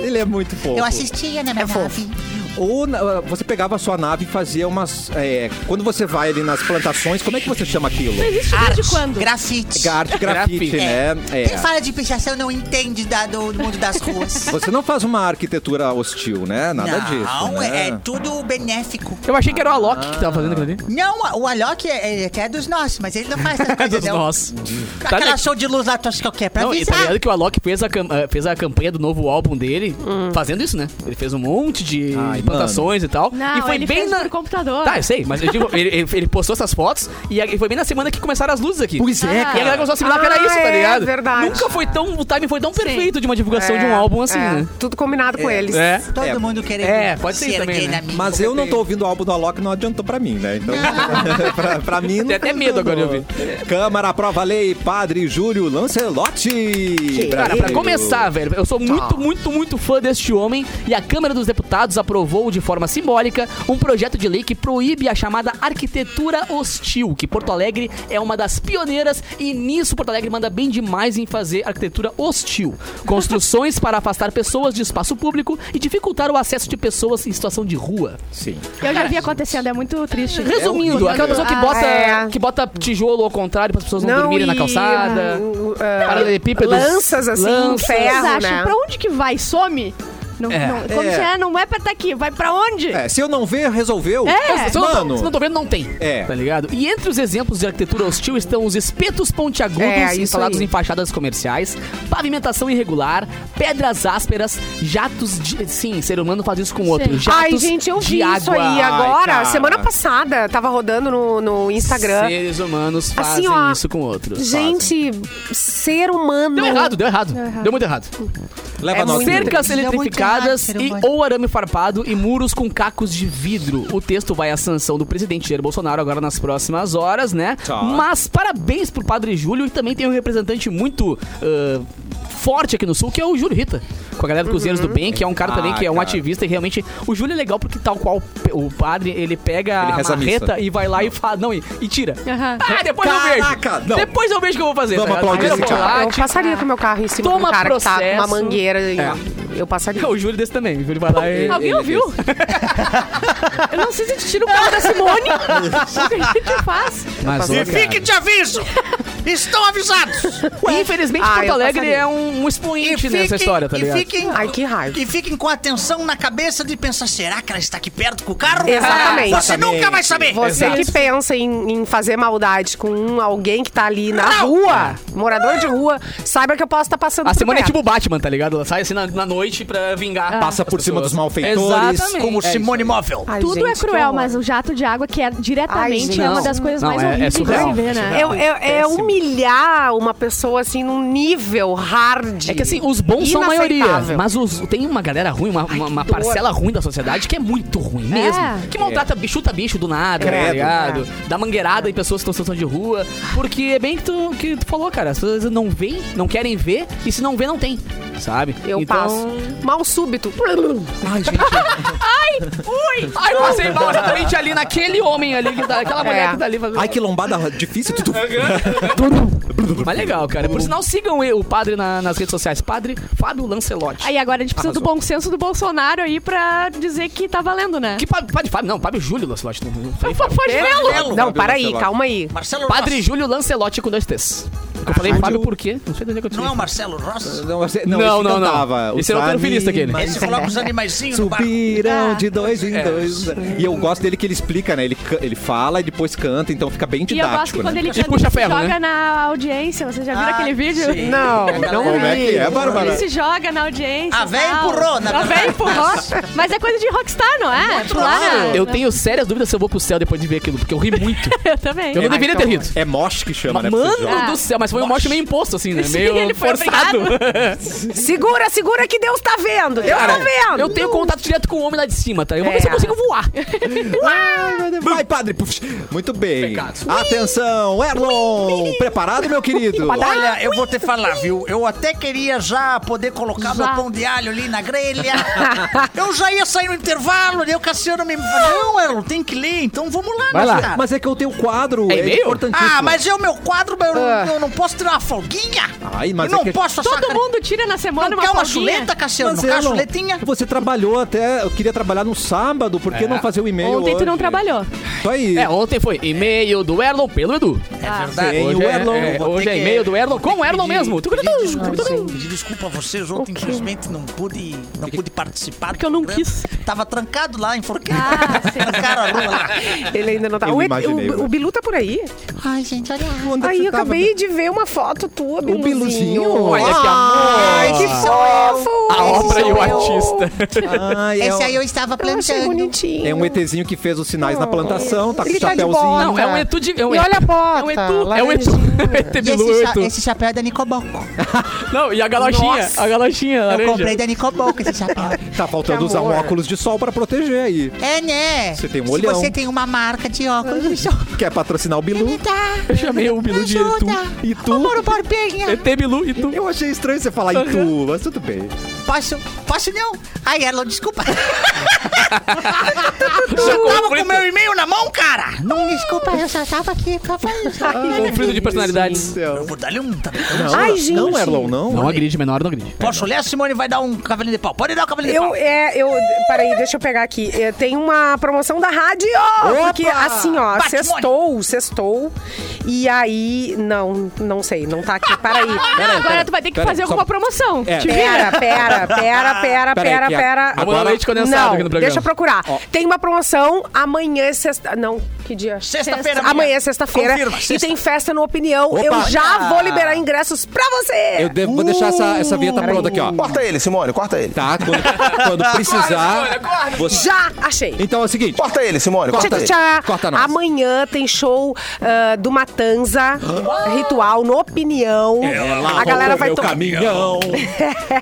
Ele é muito fofo.
Eu assistia na minha nave.
Ou na- você pegava a sua nave e fazia umas. é, quando você vai ali nas plantações, como é que você chama aquilo?
Existe desde quando?
Grafite.
Arte grafite,
Grafite.
né?
Quem
É.
fala de pichação não entende da- do, do mundo das ruas.
Você não faz uma arquitetura hostil, né? Nada
não,
disso.
é,
né?
é tudo benéfico.
Eu achei que era o Alok que tava fazendo aquilo ali.
Não, o Alok é, é até dos nossos, mas ele não faz essas coisas,
Ah, Dos
não.
nós. Tá
Aquela
ligado?
show de luz lá, tu acha que eu quero? Pra
Não, e tá
avisar.
ligado que o Alok fez a, cam- ah, fez a campanha do novo álbum dele
Hum.
fazendo isso, né? Ele fez um monte de,
Ai,
de plantações e tal.
Não,
e foi
ele
bem
fez
na.
por computador.
Tá, eu sei, mas eu digo, ele, ele- ele postou essas fotos e aí foi bem na semana que começaram as luzes aqui.
Pois
E
é,
a galera começou a assimilar
Ah,
que era isso, tá
é,
ligado?
verdade.
Nunca foi tão. O timing foi tão perfeito de uma divulgação de um álbum assim,
é,
né?
Tudo combinado com eles.
É.
Todo
É.
mundo querendo
É, pode ser também,
gay
né?
na mídia.
Mas eu não tô ouvindo o álbum do Alok, não adiantou pra mim, né? Então, pra, pra mim... não
Tem até medo agora de ouvir.
Câmara, aprova a lei, Padre Júlio Lancelotti.
Cara, pra
brasileiro.
começar, velho, eu sou muito, muito, muito fã deste homem e a Câmara dos Deputados aprovou de forma simbólica um projeto de lei que proíbe a chamada arquitetura hostil, que Porto Alegre é uma das pioneiras e nisso Porto Alegre manda bem demais em fazer arquitetura hostil. Construções para afastar pessoas de espaço público e dificultar o acesso de pessoas em situação de rua.
Sim.
Eu já vi acontecendo, é muito triste.
Resumindo,
horrível.
aquela pessoa que
Ah,
bota,
é.
que bota tijolo ao contrário para as pessoas não, dormirem na
e-
calçada.
uh, uh,
paralelepípedos,
Lanças assim,
lanças.
Vocês
ferro,
acham
né?
pra onde que vai? Some? Não,
É.
não, como
É.
se é, não é pra estar aqui, vai pra onde?
É, se eu não ver, resolveu.
É.
Se eu não, tô- se eu não
Mano,
tô vendo, não tem.
É.
Tá ligado? E entre os exemplos de arquitetura hostil estão os espetos pontiagudos
É, isso
instalados
aí.
em fachadas comerciais, pavimentação irregular, pedras ásperas, jatos de. Sim, ser humano faz isso com o outro.
Sim.
Jatos
Ai, gente, eu
de
vi isso
água.
aí agora.
cara.
semana passada, tava rodando no, no Instagram.
Seres humanos
Assim,
fazem
ó,
isso com outros.
Gente, ser humano.
Deu errado, deu errado, deu muito errado.
leva
é
nós.
muito-
Cerca...
Cercas
Deu muito
eletrificadas
é
errado, ser
e
humano.
ou arame farpado e muros com cacos de vidro. O texto vai à sanção do presidente Jair Bolsonaro agora nas próximas horas, né?
Tá.
Mas parabéns pro Padre Júlio e também tem um representante muito ah, forte aqui no Sul, que é o Júlio Rita. Com a galera do Cozinheiros do Bem, que é um cara também
Uhum. Ah,
que é um
cara.
ativista e realmente... O Júlio é legal porque tal qual pe- o padre, ele pega
Ele
a
reza a missa.
marreta e vai lá e fala... Não, e, e tira.
Aham.
Ah, depois
Caraca,
eu vejo.
não.
Depois eu vejo o que eu vou fazer. tá
Vamos
ligado?
aplaudir
Primeiro
esse
vou lá,
cara.
Eu
tira-
passaria com o meu carro em cima do
Toma
cara que tá com uma
processo. É.
mangueira. e Eu passaria.
O Júlio desse também. O Júlio vai lá e...
Alguém ouviu? Eu não sei se a gente tira o carro da Simone. o que a gente faz?
Mas,
E fique de aviso! Estão avisados!
Infelizmente,
Ah,
Porto
eu
Alegre
passaria.
é um, um expoente
E
nessa
fiquem-
história, tá
e
ligado?
Fiquem,
Ai, que raiva.
E fiquem com atenção na cabeça de pensar, será que ela está aqui perto com o carro?
Exatamente.
Você nunca vai saber.
Você
Exato.
que pensa em, em fazer maldade com alguém que tá ali na
Não.
rua, morador de rua, saiba que eu posso estar passando
A
por
semana é
perto.
tipo o Batman, tá ligado? Ela sai assim na, na noite pra vingar.
Passa
Ah. as
por cima dos
pessoas.
malfeitores.
Exatamente.
Como
É isso.
Simone Móvel.
Ai,
Tudo
gente,
é
que
cruel,
horror.
mas o jato de água que é diretamente
gente,
é uma
não.
das coisas
Não,
mais
é- é
horríveis de
surreal,
se ver,
é
É,
né?
é- é
Péssimo.
humilhar uma pessoa assim num nível hard.
É que assim, os bons são a maioria.
Inaceitável.
Mas os- tem uma galera ruim, uma, uma- uma parcela ruim da sociedade que é muito ruim mesmo.
É.
Que maltrata, bicho, chuta bicho do nada,
Credo.
tá ligado? Dá mangueirada em pessoas que estão em situação de rua. Porque é bem que tu, que tu falou, cara. As pessoas não veem, não querem ver. E se não vê, não tem. Sabe?
Eu
então...
passo. Mal súbito.
Ai, gente. Ai, Ai, passei mal exatamente ali naquele homem ali, que tá, aquela mulher
É.
que tá ali fazendo.
Ai, que lombada difícil. Tudo...
Mas legal, cara.
Uhum.
Por sinal, sigam eu, o padre na- nas redes sociais. Padre Fábio Lancelotti.
Aí agora a gente precisa do bom senso do Bolsonaro aí pra dizer que tá valendo, né?
Que pa- padre Fábio? Não, Padre Júlio Lancelotti.
É.
Não, não, falei Fábio.
Pode vê-lo!
Não, para aí,
Marcelo.
calma aí.
Marcelo
Padre
Rossi.
Júlio Lancelotti com dois T's. Eu falei
Rádio- um
Fábio por quê? Não sei dizer que eu
Não é o
tinha.
Marcelo Ross?
Não, você-
Não,
esse
não, não.
cantava.
Esse era o
Os
Panfinista, aquele.
animais
Esse
é.
coloca os animaizinhos no barco.
Subirão
Ah.
de dois em dois. E eu gosto dele que ele explica, né? Ele, ca- ele fala e depois canta, então fica bem
E eu gosto
didático,
que quando
né?
ele
E
também
puxa
se
ferro,
joga
né?
na audiência. Vocês já viram
Ah,
aquele vídeo?
sim.
Não, não
Como é que é,
vi.
Bárbara?
Ele se joga na audiência.
A véia
tal.
Ah, empurrou, né? na
A véia
verdade.
empurrou. Mas é coisa de rockstar, não é? Pular na-
né?
Eu tenho sérias dúvidas se eu vou pro céu depois de ver aquilo, porque eu ri muito.
Eu também.
Eu não deveria ter rido.
É Mosh que chama, né?
Mas,
pra esse jogo.
mano do céu, mas foi um mote meio imposto, assim, né? Meio
ele foi
forçado.
é. Segura, segura que Deus tá vendo. Deus tá vendo.
Eu tenho contato direto com o homem lá de cima, tá? Eu vou ver se eu
É.
consigo voar.
Vai, padre. Puf. Muito bem. Atenção, Erlon. Preparado, meu querido?
Tá
Olha, eu vou te falar, viu? Eu até queria já poder colocar meu pão de alho ali na grelha. eu já ia sair no intervalo, daí o Cassiano me falou, não, Erlon, tem que ler, então vamos lá,
Vai
né,
lá.
cara?
Mas é que eu tenho quadro.
É
É,
e-mail?
importantíssimo.
Ah, mas é o meu quadro, mas eu, não- eu não posso tirar uma folguinha?
Ah. Ai, mas
eu não
é que-
posso achar...
Todo mundo tira na semana
Não
uma
quer uma
folguinha.
chuleta, Cassiano?
Mas,
Não quer uma
Erlon,
chuletinha?
Você trabalhou até. Eu queria trabalhar no sábado, por que não fazer o e-mail?
Ontem tu não
hoje?
trabalhou.
Só isso.
É, ontem foi e-mail do Erlon pelo Edu.
É verdade.
Tem
Hoje
o
é,
Erlon. um
é,
vou ter
hoje é
que-
e-mail do Erlon com o Erlon
Pedir-
mesmo.
pedir desculpa, pedir desculpa a vocês, ontem infelizmente não pude, não pude participar.
Porque eu não
programa.
quis.
Tava trancado lá, enforcado.
Ah, sim.
Trancaram a rua lá.
Ele ainda não tá.
Eu
O, Ed-
imaginei,
o-
né?
o Bilu tá por aí.
Ai, gente, olha.
Onde é que
Aí
você
eu
tava?
acabei de ver uma foto tua,
O
Biluzinho.
Biluzinho.
Olha que
Ai, que
amor.
fofo.
A obra e o
Eu-
artista.
Ai, é,
Esse
um-
aí eu estava
Eu achei
planchando.
bonitinho.
é um ETzinho que fez os sinais na plantação, tá com
Ele tá de
chapéuzinho.
bola.
Não, é um Etu de. É um
E olha a bota.
É um Etu. É um Etu.
laranjinha.
ET
E
Bilu, é
esse,
um
cha-
Etu.
esse chapéu é da Nicoboco.
Não, e a galochinha.
Nossa.
A galochinha.
Eu
laranja.
comprei da Nicoboco esse chapéu.
Tá faltando
Que
usar um
amor.
óculos de sol pra proteger aí.
É, né?
Você tem um
Se
olhão.
você tem uma marca de óculos.
Quer patrocinar o Bilu?
Me dá.
Eu chamei o Bilu Um de Etu.
Ajuda.
E tu?
Ô, Mauro Barbinha.
ET Bilu e tu.
Eu achei estranho você falar em tu, mas tudo bem.
Posso? Posso não? Ai, Erlon, desculpa.
Eu tava com o meu e-mail na mão, cara.
Não, desculpa, eu só tava aqui pra falar.
um Conflito de personalidades.
Eu vou dar-lhe um.
Não,
Ai,
não,
gente.
não, Erlon, não.
Não agride, menor não agride.
Posso olhar? A Simone vai dar um cavalinho de pau. Pode dar um cavalinho de
Eu,
pau.
é, eu, peraí, deixa eu pegar aqui. É, Tem uma promoção da rádio, porque assim, ó,
Patrimônio.
sextou, sextou, e aí, não, não sei, não tá aqui, para aí.
Ah, agora tu vai ter que
pera,
fazer
só-
alguma promoção.
É.
Te
Pera, pera,
vira.
pera, pera,
Peraí,
pera,
que a-
pera.
Vamos
dar leite condensado
não,
aqui no programa.
deixa eu procurar. Tem uma promoção amanhã é sexta... Não, que dia?
Sexta-feira, amanhã.
Amanhã é sexta-feira.
Confirma,
E
sexta.
tem festa no Opinião. Eu já vou liberar ingressos pra você.
Eu devo, vou deixar essa, essa vinheta
Peraí.
pronta aqui, ó.
Corta ele, Simone, corta ele.
Tá? Quando, quando precisar. você-
Já achei.
Então é o seguinte.
Corta ele, Simone,
Tchá,
corta
tchá,
ele.
tchá.
Corta nós.
Amanhã tem show ah, do Matanza Ritual no Opinião. a galera vai
tocar.
tocar.
caminhão.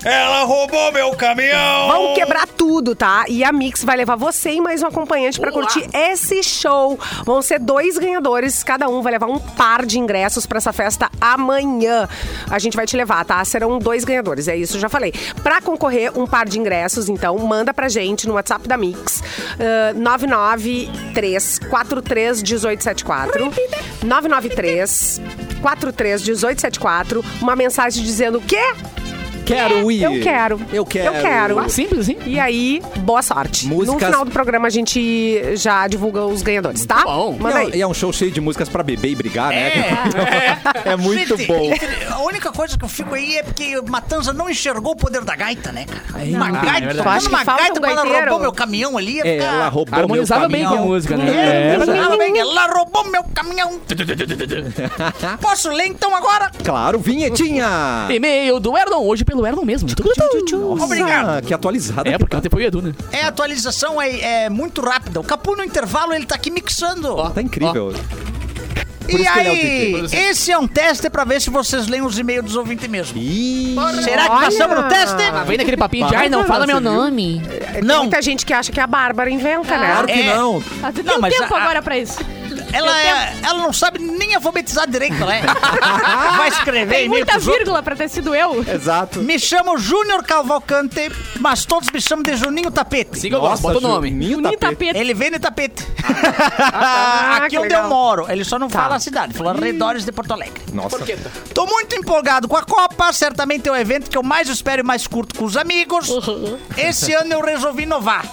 Ela roubou meu caminhão!
Vão
é
quebrar tudo, tá? E a Mix vai levar você e mais um acompanhante pra curtir esse show. Vão ser dois ganhadores, cada um vai levar um par de ingressos pra essa festa amanhã. A gente vai te levar, tá? Serão dois ganhadores, é isso, já falei. Pra concorrer um par de ingressos, então, manda pra gente no WhatsApp da Mix, ah, 993-43-1874. 993-43-1874. Uma mensagem dizendo o quê?
Quero ir.
É, Eu quero.
Eu quero.
Eu quero.
Ah, Simples assim.
E aí, boa sorte. No
Músicas-
final do programa a gente já divulga os ganhadores, tá?
bom.
Manda
E é-
aí.
E é um show cheio de músicas pra beber e brigar, né? É, muito
Gente,
bom.
A única coisa que eu fico aí é porque Matanza não enxergou o poder da gaita, né, cara? uma
não.
gaita,
É verdade.
tocando
Acho que
uma
falta
gaita
um
quando ela
gaiteiro.
roubou meu caminhão ali. ia
É,
ficar-
ela roubou
Harmonizava
meu
bem com a
caminhão.
música, né?
É,
É.
ela, bem, ela roubou meu caminhão. Posso ler então agora?
Claro, vinhetinha.
É. E-mail do Erlon, hoje pelo Erlon mesmo.
Nossa,
Obrigado.
que atualizada.
É, porque ontem foi o Edu, né?
É, a atualização é, é muito rápida. O Capu no intervalo ele tá aqui mixando.
Tá incrível. isso que
e
ele é o
aí,
DJ.
esse é um teste pra ver se vocês leem os e-mails dos ouvintes mesmo.
Ih,
Será que
Olha!
passamos no teste?
Ah,
Vem daquele Tá papinho de,
Vai,
ai, não
vai,
fala
você
meu
viu?
nome.
Tem
não.
muita gente que acha que a Bárbara inventa, né?
claro que
É.
não.
Ah, tu tem
Não,
um
mas
tempo
a-
agora pra isso.
Ela, é- ela não sabe nem alfabetizar direito, né? Vai escrever
Tem
e-mail
muita
pros outros.
vírgula pra ter sido eu.
Exato.
Me chamo Júnior Calvalcante, mas todos me chamam de Juninho Tapete.
Siga agora, bota o nome.
Juninho tá
Juninho tá
Tapete.
Tapete.
Ele vem de tapete.
Ah, tá. que
Aqui onde
legal.
eu moro. Ele só não
Tá.
fala a cidade, fala arredores de Porto Alegre.
Nossa.
Tô muito empolgado com a Copa, certamente é o evento que eu mais espero e mais curto com os amigos. Esse ano eu resolvi inovar.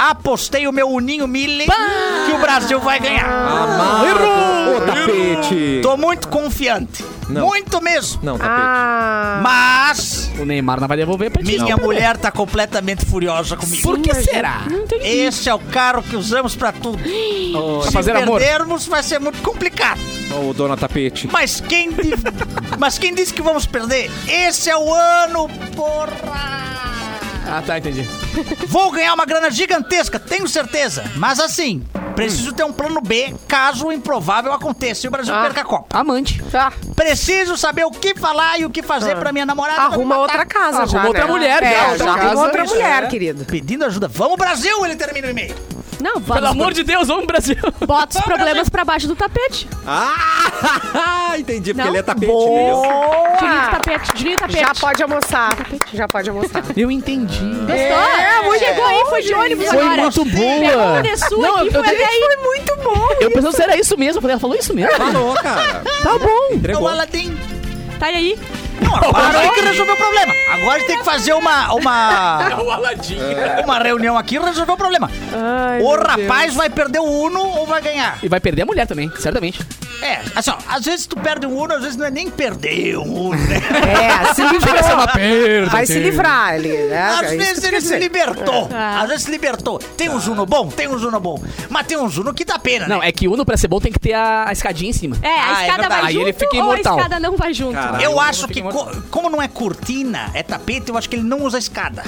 Ah,
Apostei o meu uninho mille que o Brasil vai ganhar.
Amado. Ô, tapete. tapete.
Tô muito confiante.
Não.
Muito mesmo.
Não, tapete.
Ah,
Mas
O Neymar não vai devolver pra ti.
minha
não.
mulher tá completamente furiosa comigo.
Por que será?
não entendi.
Esse é o carro que usamos pra tudo.
Pra
Se
fazer amor?
perdermos, vai ser muito complicado.
Ô, dona tapete.
Mas quem, di- Mas quem disse que vamos perder? Esse é o ano, porra!
Ah, tá, entendi.
Vou ganhar uma grana gigantesca, tenho certeza. Mas assim, preciso ter um plano B caso o improvável aconteça e o Brasil perca a Copa.
Amante.
tá.
Preciso saber o que falar e o que fazer pra minha namorada. pra me
Arruma
matar.
outra casa já,
Arruma outra
né?
mulher,
é,
já,
já.
outra
arruma
casa.
outra
Isso,
mulher,
é.
querido.
Pedindo ajuda. Vamos, Brasil! Ele termina o e-mail.
Não, vamos.
Pelo amor de Deus, vamos, Brasil.
Bota os problemas pra baixo do tapete.
Ah, entendi, porque
Não.
ele é tapete, entendeu?
Dirinho do
Boa!
tapete, dirinho do tapete.
Já pode almoçar. Já pode almoçar.
Eu entendi.
É, muito Chegou aí, foi de ônibus
Foi
agora.
muito
Pegou
boa.
uma de sua
Não,
aqui,
eu
foi
tenho-
até aí.
Foi muito bom.
Eu pensei se era isso mesmo. Eu falei, ela falou isso mesmo?
Falou, cara.
Tá bom.
É o
Entregou.
Aladim.
Tá aí.
Não, agora tem que resolver o problema. Agora a gente tem que fazer uma. uma...
É O Aladim.
Uma reunião aqui e resolver o problema. o rapaz vai perder o Uno ou vai ganhar?
E vai perder a mulher também, certamente.
É, assim, ó, às vezes tu perde um Uno, às vezes não é nem perder um Uno, né?
É, se
Ah,
livrou.
perda.
Vai se livrar ali, né?
Às
É isso
vezes
que
ele
quer
se
dizer.
libertou.
É.
Às vezes se libertou. Tem um Uno bom? Tem um Uno bom. Mas tem um Uno que dá pena,
Não,
né?
é que Uno pra ser bom tem que ter a, a escadinha em cima.
É, a
Ah, é
escada
verdade.
vai
Aí
junto
ele fica
ou a
imortal.
escada não vai junto?
Cara.
Eu
eu
acho que, co- como não é cortina, é tapete, eu acho que ele não usa escada.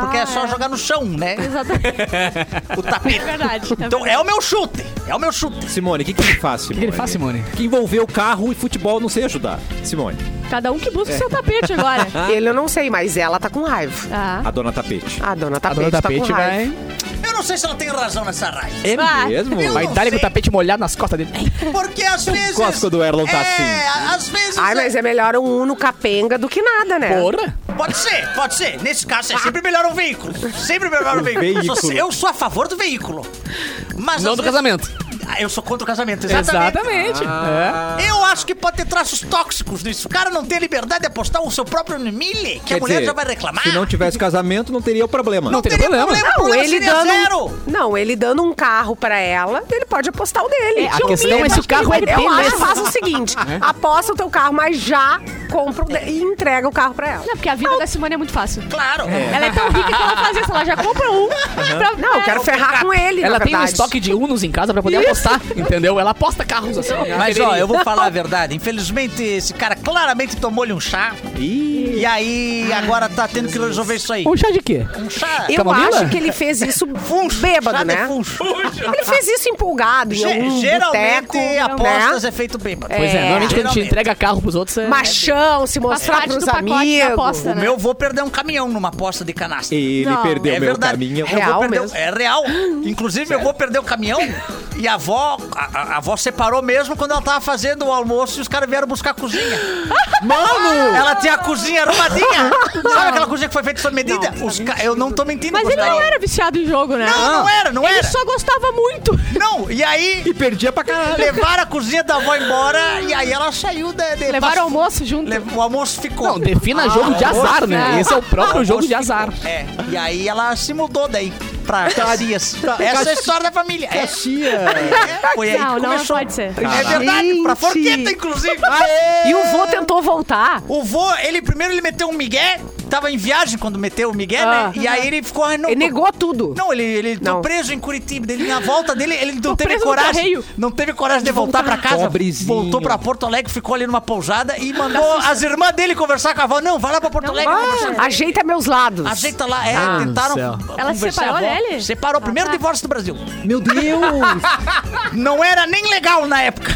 Porque
Ah,
é só
é.
jogar no chão, né?
Exatamente.
O tapete.
É verdade. tá
Então
vendo?
é o meu chute. É o meu chute.
Simone, o que, que ele faz, Simone?
que ele faz, Simone?
Que envolveu carro e futebol, não sei ajudar. Simone,
Cada um que busca o
É.
seu tapete agora.
Ele eu não sei, mas ela tá com raiva.
Ah.
a dona tapete.
A dona
A dona
tapete,
tapete
tá com raiva.
vai.
Eu não sei se ela tem razão nessa raiva.
É
Vai.
mesmo?
Eu
Vai
não
dar-lhe com o
sei.
tapete molhado nas costas dele.
Porque às vezes.
gosto quando o Erlon tá
É,
assim.
a- às vezes.
Ai, mas é melhor um Uno capenga do que nada, né?
Porra!
Pode ser, pode ser. Nesse caso é sempre melhor um veículo. Sempre melhor um veículo. Eu, sou,
veículo.
eu sou a favor do veículo. Mas
Não
às
do
vezes-
casamento.
Ah, Eu sou contra o casamento, exatamente. Ah.
É.
Eu acho que pode ter traços tóxicos nisso. O cara não tem liberdade de apostar o seu próprio milho, que a
Quer
mulher
dizer,
já vai reclamar.
Se não tivesse casamento, não teria o problema.
Não tem problema.
o
Não,
problema
ele
seria
dando. um
zero.
Não, ele dando um carro pra ela, ele pode apostar o dele.
É, a questão é se o carro é
Eu
dele,
acho,
né?
faça o seguinte: aposta o teu carro, mas já compra o de- e entrega o carro pra ela.
Não, porque a vida da Simone é muito fácil.
Claro.
Ela é tão rica que ela faz isso. Ela já compra um. pra-
Não, eu quero ferrar com ele,
Ela
na
tem um
verdade.
estoque de Unos em casa pra poder apostar, entendeu? Ela aposta carros assim.
Mas ó, eu vou falar a verdade. Infelizmente, esse cara claramente tomou-lhe um chá.
Ih,
E aí, agora tá tendo que resolver isso aí.
Um chá de quê?
Um chá.
Eu
Camomila?
acho que ele fez isso
Funcho. chá
bêbado,
De
né?
funcho.
Ele fez isso empolgado, em
Ge-
algum
geralmente,
boteco, né?
apostas é feito bêbado.
Pois é, normalmente quando a gente
geralmente.
entrega carro pros outros é.
Machão, se mostrar
parte
pros
do pacote da
amigos.
aposta.
O meu vou perder um caminhão numa aposta de canastra.
ele
Não,
perdeu
é
meu
verdade.
caminho.
Eu vou
Real
perder-
mesmo.
É real. Inclusive, eu vou perder o caminhão. E a avó, a, a- a avó separou mesmo quando ela tava fazendo o almoço e os caras vieram buscar a cozinha. Mano! Ela tinha a cozinha arrumadinha. Sabe aquela cozinha que foi feita sob medida? Os ca- Eu não tô mentindo.
Mas ele não
gostaria.
era viciado em jogo, né?
Não, não era, não
Ele
era.
só gostava muito.
Não, e aí
E perdia pra caralho.
levaram a cozinha da avó embora e aí ela saiu da... de-
Levaram o almoço junto.
Le- O almoço ficou.
Não,
Ah,
defina jogo de azar, né?
é.
Esse é o próprio jogo de azar.
É, e aí ela se mudou daí pra Caxias. Essa é a história da família. É, é, foi aí
Não,
que
não
começou.
pode ser.
É verdade, pra Forqueta, inclusive.
E o vô tentou voltar.
O vô, ele primeiro ele meteu um migué, tava em viagem quando meteu o migué, né? E aí ele ficou... "Ah, Não,
Ele negou tudo.
Não, ele, ele tô
Não.
preso em Curitiba. Ele, na volta dele, ele não
Tô
teve
preso no
coragem.
Correio.
Não teve coragem de voltar pra casa.
Pobrezinho.
Voltou pra Porto Alegre, ficou ali numa pousada e mandou as irmãs dele conversar com a avó. Não, vai lá pra Porto Alegre. conversar.
Ajeita meus lados.
Ajeita lá, é,
Ah,
tentaram.
céu.
conversar
Ela se separou
a avó.
dele?
Separou, primeiro
tá.
divórcio do Brasil.
Meu Deus!
Não era nem legal na época.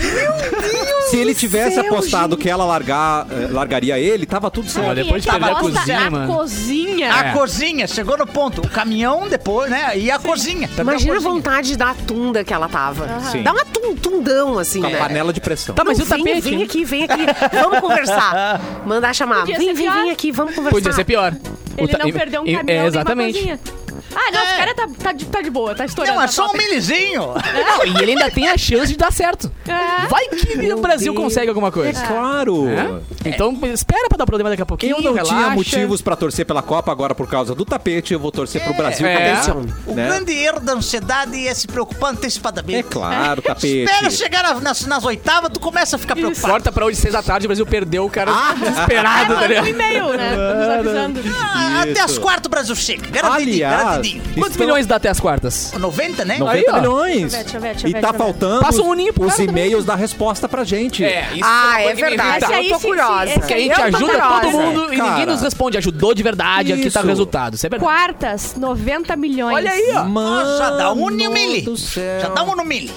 Se ele tivesse
céu,
apostado que ela largar, eh, largaria ele, tava tudo certo.
Mas depois de
Ele
perder a
aposta
cozinha,
na
mano.
É.
cozinha.
A cozinha chegou no ponto. O caminhão depois, né? E a cozinha.
Tá
Imagina a
Perdeu a cozinha.
vontade de dar a tunda que ela tava.
Sim.
Dá uma tum- tundão, assim,
Com a
né?
panela de pressão.
Tá, mas
Não,
e o
vem,
tapete?
Vem
hein?
aqui, vem aqui. Vamos conversar. Mandar chamar.
Podia
vem,
ser
vem,
pior.
vem aqui, vamos conversar.
Podia ser pior. O
Ele
ta-
não perdeu um
e-
caminhão nem uma
Exatamente.
cozinha. Ah, não, esse cara tá, tá, de, tá de boa, tá estourando.
É. Não, é
tá
só um
top.
milizinho.
Não, e ele ainda tem a chance de dar certo.
É.
Vai que o Brasil consegue alguma
É
coisa.
claro.
Então espera pra dar problema daqui a pouquinho.
Eu não tinha
relaxa.
motivos pra torcer pela Copa agora por causa do tapete. Eu vou torcer pro Brasil.
é.
campeão,
O
né?
grande erro da ansiedade é se preocupar antecipadamente.
É claro, é tapete.
Espera chegar na- nas, nas oitavas, tu começa a ficar preocupado.
Corta pra hoje, seis da tarde, o Brasil perdeu o cara
Ah.
Mandou um
desesperado, tá ligado?
e-mail, né? Nos avisando.
Ah,
Isso.
até as quartas o Brasil chega. Garantidinho,
Aliás,
garantidinho.
Quantos
estão-
milhões dá até as quartas?
90, né?
90
Aí, ó.
milhões.
Deixa eu ver, deixa eu ver, deixa eu
e
ver,
tá
deixa eu ver.
faltando
Passa um ninho pro
os
cara também.
e-mails da resposta pra gente.
isso
Ah, é
tem que
verdade.
evitar.
Esse aí,
eu tô
sim, sim,
curiosa.
esse
Que a
aí.
gente
Eu tô
ajuda
curiosa.
todo mundo e
Cara.
ninguém nos responde. Ajudou de verdade, aqui tá o
Isso.
resultado. Isso é verdade.
Quartas, 90 milhões.
Olha aí, ó.
Mano
Ah, já dá um no milho.
do céu.
Já dá um no milho.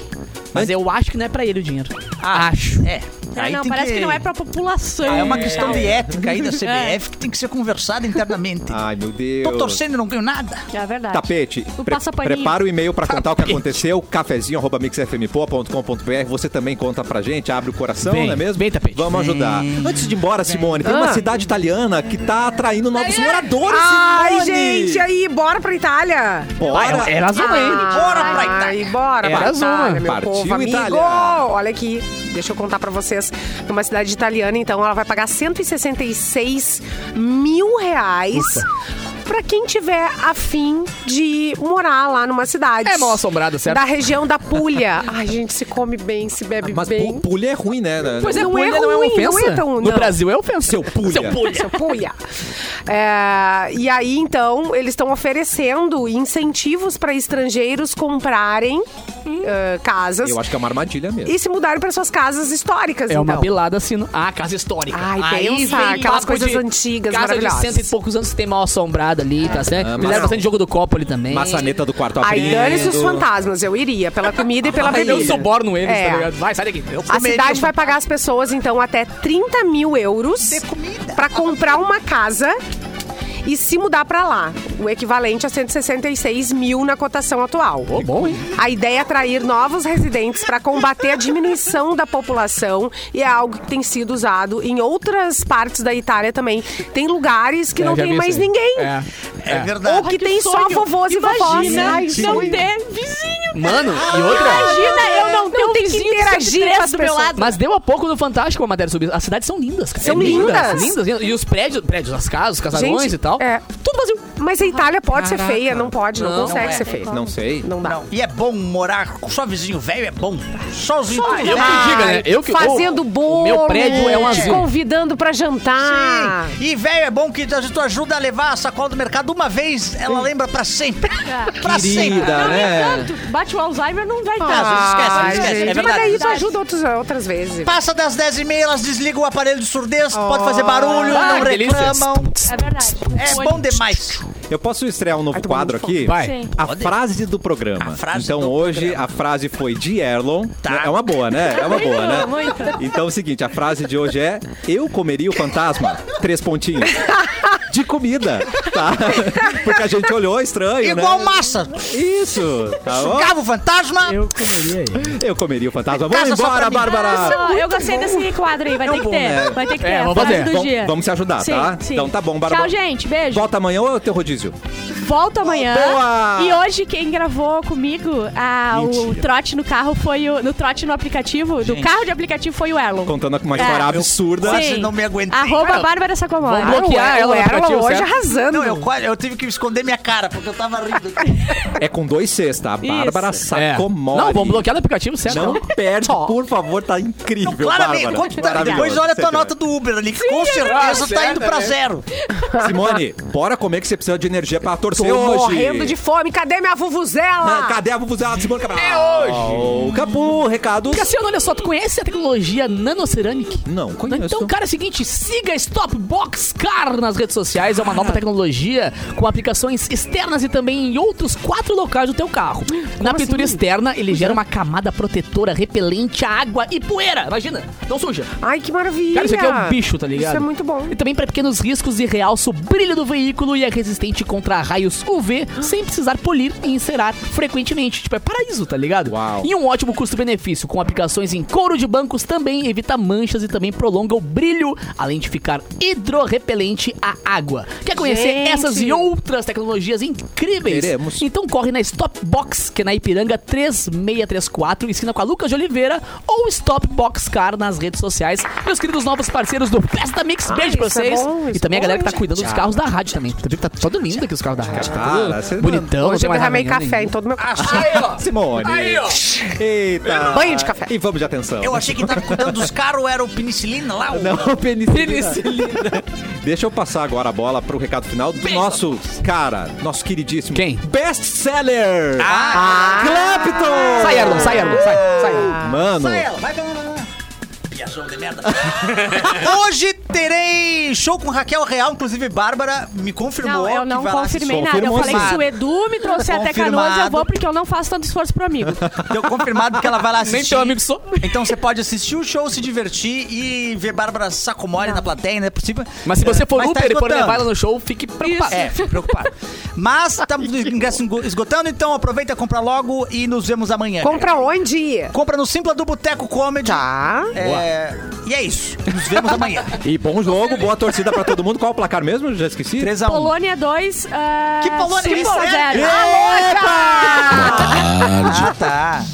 Mas eu acho que não é pra ele o dinheiro.
Ah,
Acho.
É.
É,
Aí
não,
tem
parece que... não é pra população.
Ah, é uma questão de ética aí da
É.
CBF que tem que ser conversada internamente.
Ai, meu Deus.
Tô torcendo e não ganho nada.
É verdade.
Tapete,
O
pre
passapaninho.
prepara o e-mail pra contar o que aconteceu, cafezinho.mixfmpoa.com.br. Você também conta pra gente, abre o coração,
Bem,
não é mesmo?
bem, Tapete.
Vamos ajudar. Antes de ir embora, Simone, tem uma cidade italiana que tá atraindo novos moradores,
Ai,
Simone!
Ah, gente, aí, bora pra Itália.
Bora!
era azul,
Ah,
hein?
Bora pra
Ai, bora
Era
pra
azul,
Itália,
né?
meu
Partiu
povo, amigo.
Itália.
Olha aqui, deixa eu contar pra vocês. Numa cidade italiana, então, ela vai pagar 166 mil reais pra quem tiver afim de morar lá numa cidade.
É mal assombrado, certo?
Da região da Puglia. Ai, gente, se come bem, se bebe
Mas
bem.
pu- pulha é ruim, né?
Pois é,
Não
pulha
é
não é uma
ruim,
ofensa.
não é tão-
No
não.
Brasil é ofensa. Seu pulha.
Seu pulha. É, e aí, então, eles estão oferecendo incentivos para estrangeiros comprarem eh, casas
Hum. Eu acho que é uma armadilha mesmo.
e se mudarem para suas casas históricas.
É uma
então.
pelada assim. no- Ah, casa histórica.
Ai,
Aí
pensa,
vem
aquelas
papo
coisas
de
antigas,
Casa de
maravilhosas. Ah,
cento e poucos anos que tem mal assombrado ali, tá certo?
mas-
Fizeram bastante jogo do copo ali também.
Maçaneta do quarto
Aí
abrindo.
dane-se os fantasmas, eu iria, pela comida e pela
Aí eu
bebida.
suborno eles,
É.
tá ligado? Vai, sai daqui. Eu
A
comeria
cidade
um-
vai pagar as pessoas, então, até 30 mil euros
comida.
para comprar uma casa e se mudar para lá. O equivalente a 166 mil na cotação atual.
Pô, bom, hein?
A ideia é atrair novos residentes para combater a diminuição da população e é algo que tem sido usado em outras partes da Itália também. Tem lugares que
É,
não
já
tem
vi
mais
isso aí.
ninguém.
É.
É,
Ou
verdade.
que, tem só
sonho.
vovôs e vovós. né? Então,
Imagina
Ai,
não
gente.
ter vizinho.
Mano, e outra.
Imagina eu não ter
Não
um
tem que
vizinho de
interagir
103
com as
do meu
pessoas.
lado.
Mas deu a pouco no Fantástico a matéria sobre isso. As cidades são lindas, cara.
São
É
lindas.
lindas. lindas. E os prédios, prédios, as casas, os casarões
Gente,
e tal.
é.
Tudo vazio.
Mas a Itália pode ser feia, não pode, não,
Não,
consegue
não é.
ser feia.
Não sei.
Não dá.
Não, e é bom morar com só vizinho velho, é bom. Sozinho. tudo
eu
bem.
que diga, né? Eu que-
Ah, fazendo
o-
bolo.
o meu prédio é um
te
azul.
convidando pra jantar.
Sim. E velho é bom que a gente ajuda a levar a sacola do mercado uma vez, ela lembra pra sempre. pra sempre.
Querida, né?
Tanto, bate o Alzheimer, não vai
Ah,
estar.
às vezes esquece,
Ai,
às vezes esquece.
gente,
é
mas
verdade.
daí tu ajuda outros- outras vezes.
Passa das 10h30, elas desligam o aparelho de surdez, pode fazer barulho,
Ah,
não
que delícia.
reclamam.
É verdade.
Tá
É
Olha.
bom demais.
Eu posso estrear um novo quadro aqui?
Vai.
Sim.
A
Pode.
frase do programa.
A frase
então
do
hoje
programa.
a frase foi de Erlon.
Tá.
É uma boa, né? É uma boa, né?
Muito.
Então é o seguinte, a frase de hoje é Eu comeria o fantasma. Três pontinhos. De comida, tá? Porque a gente olhou estranho, né?
Igual massa.
Isso, tá bom?
Sugava o fantasma.
Eu comeria o fantasma. Vamos
Casa só
embora,
pra mim.
Bárbara!
Ah, eu gostei desse quadro aí, vai
É
ter
um
que
bom,
ter.
né?
Vai ter que ter.
É, vamos
frase
fazer.
do
Vamos-
dia.
vamos se ajudar,
Sim,
tá?
sim.
Então tá bom, Bárbara.
Tchau, gente. Beijo.
Volta amanhã ou é o teu rodízio?
Volto amanhã.
Boa!
E hoje quem gravou comigo ah, o
Mentira.
trote no carro foi o. No trote no aplicativo, do carro de aplicativo foi o Elon.
Contando uma história absurda.
quase não me aguentei.
Arroba
Não.
Bárbara Sacomori. Ah,
Vamos bloquear
o
ela no
Erlon
aplicativo,
hoje
certo?
arrasando.
é
Não, eu, quase- eu tive que esconder minha cara, porque eu tava rindo.
É com dois Cs, tá? Bárbara
É.
Sacomori.
Não, vamos bloquear no aplicativo, certo?
Não perde, por favor, tá incrível,
Claramente,
Bárbara.
quando- tá
Maravilhoso,
depois olha a tua
sempre
nota do Uber ali, que com certeza tá
certo,
indo pra
né?
zero.
vai. Simone, bora comer que você precisa de energia pra torcer
Tô
hoje.
morrendo de fome. Cadê minha vuvuzela?
Ah, Cadê a vuvuzela, Simone Cabral? É hoje. Capu, recados?
Cassiano, olha é só, tu conhece a tecnologia nanoceramic?
Não, conheço.
Então, cara, é o seguinte, siga Stop Box Car nas redes sociais, é uma
Ah.
nova tecnologia com aplicações externas e também em outros quatro locais do teu carro. Na
assim?
pintura externa, ele
é.
gera uma camada protetora repelente à água e poeira. Imagina, não suja.
Ai, que maravilha.
Cara, isso aqui é um bicho, tá ligado?
Isso é muito bom.
E também para pequenos riscos e realça o brilho do veículo e é resistente contra raios UV sem precisar polir e encerar frequentemente. Tipo, é paraíso, tá ligado?
Uau.
E um ótimo custo-benefício, com aplicações em couro de bancos também evita manchas e também prolonga o brilho, além de ficar hidrorrepelente à água. Quer conhecer
Gente.
essas e outras tecnologias incríveis?
Queremos.
Então corre na Stop Box, que é na Ipiranga 3634, esquina com a Lucas de Oliveira, ou Stop Box Car nas redes sociais. Meus queridos novos parceiros do Festa Mix, beijo pra
isso é
vocês.
bom, isso
e também
é
a galera
bom,
que tá cuidando dos carros da rádio também. Tá vendo que tá todo lindo aqui os carros da rádio. Tá
Cara,
tudo
você não-
bonitão, não
Hoje
tem
eu
mais né?
derramei
arranhão
café então- em todo
nenhum.
meu carro.
é.
Simone. Eita.
Banho de café.
E vamos de atenção.
Eu achei que tava cuidando dos caras, era o penicilina lá? O...
Não, penicilina. Deixa eu passar agora a bola pro recado final do nosso cara, nosso queridíssimo.
Quem?
Best seller. Ah. Clapton.
Sai, Erlon, sai, Erlon, sai,
Ah.
sai. Erlon.
Mano.
Sai ela, é, vai, vai, vai, vai. vai. Piazão de merda. Hoje terei show com Raquel Real, inclusive Bárbara me confirmou.
Não, eu
que
não
vai lá assistir.
confirmei nada. Eu
Confirmou
falei que se
sim.
o Edu me trouxer até Canoas, eu
Confirmado.
vou porque eu não faço tanto esforço pro amigo.
Deu confirmado que ela vai lá assistir.
Nem teu amigo sou.
Então você pode assistir o show, se divertir e ver Bárbara Sacomori na plateia, né? Por cima.
Mas se você for
Mas tá
Uber e for
esgotando.
levar ela no show, fique preocupado.
É, fico preocupado. Mas tá o ingresso esgotando, então aproveita, compra logo e nos vemos amanhã.
Compra onde?
Compra no Simpla do Boteco Comedy.
Tá.
É, e é isso. Nos vemos amanhã.
E bom jogo, boa torcida pra todo mundo. Qual o placar mesmo? Já esqueci.
3x1.
Polônia ah, 2.
Que Polônia?
Suíça
Isso é-
0.
Epa!
Ah, tá.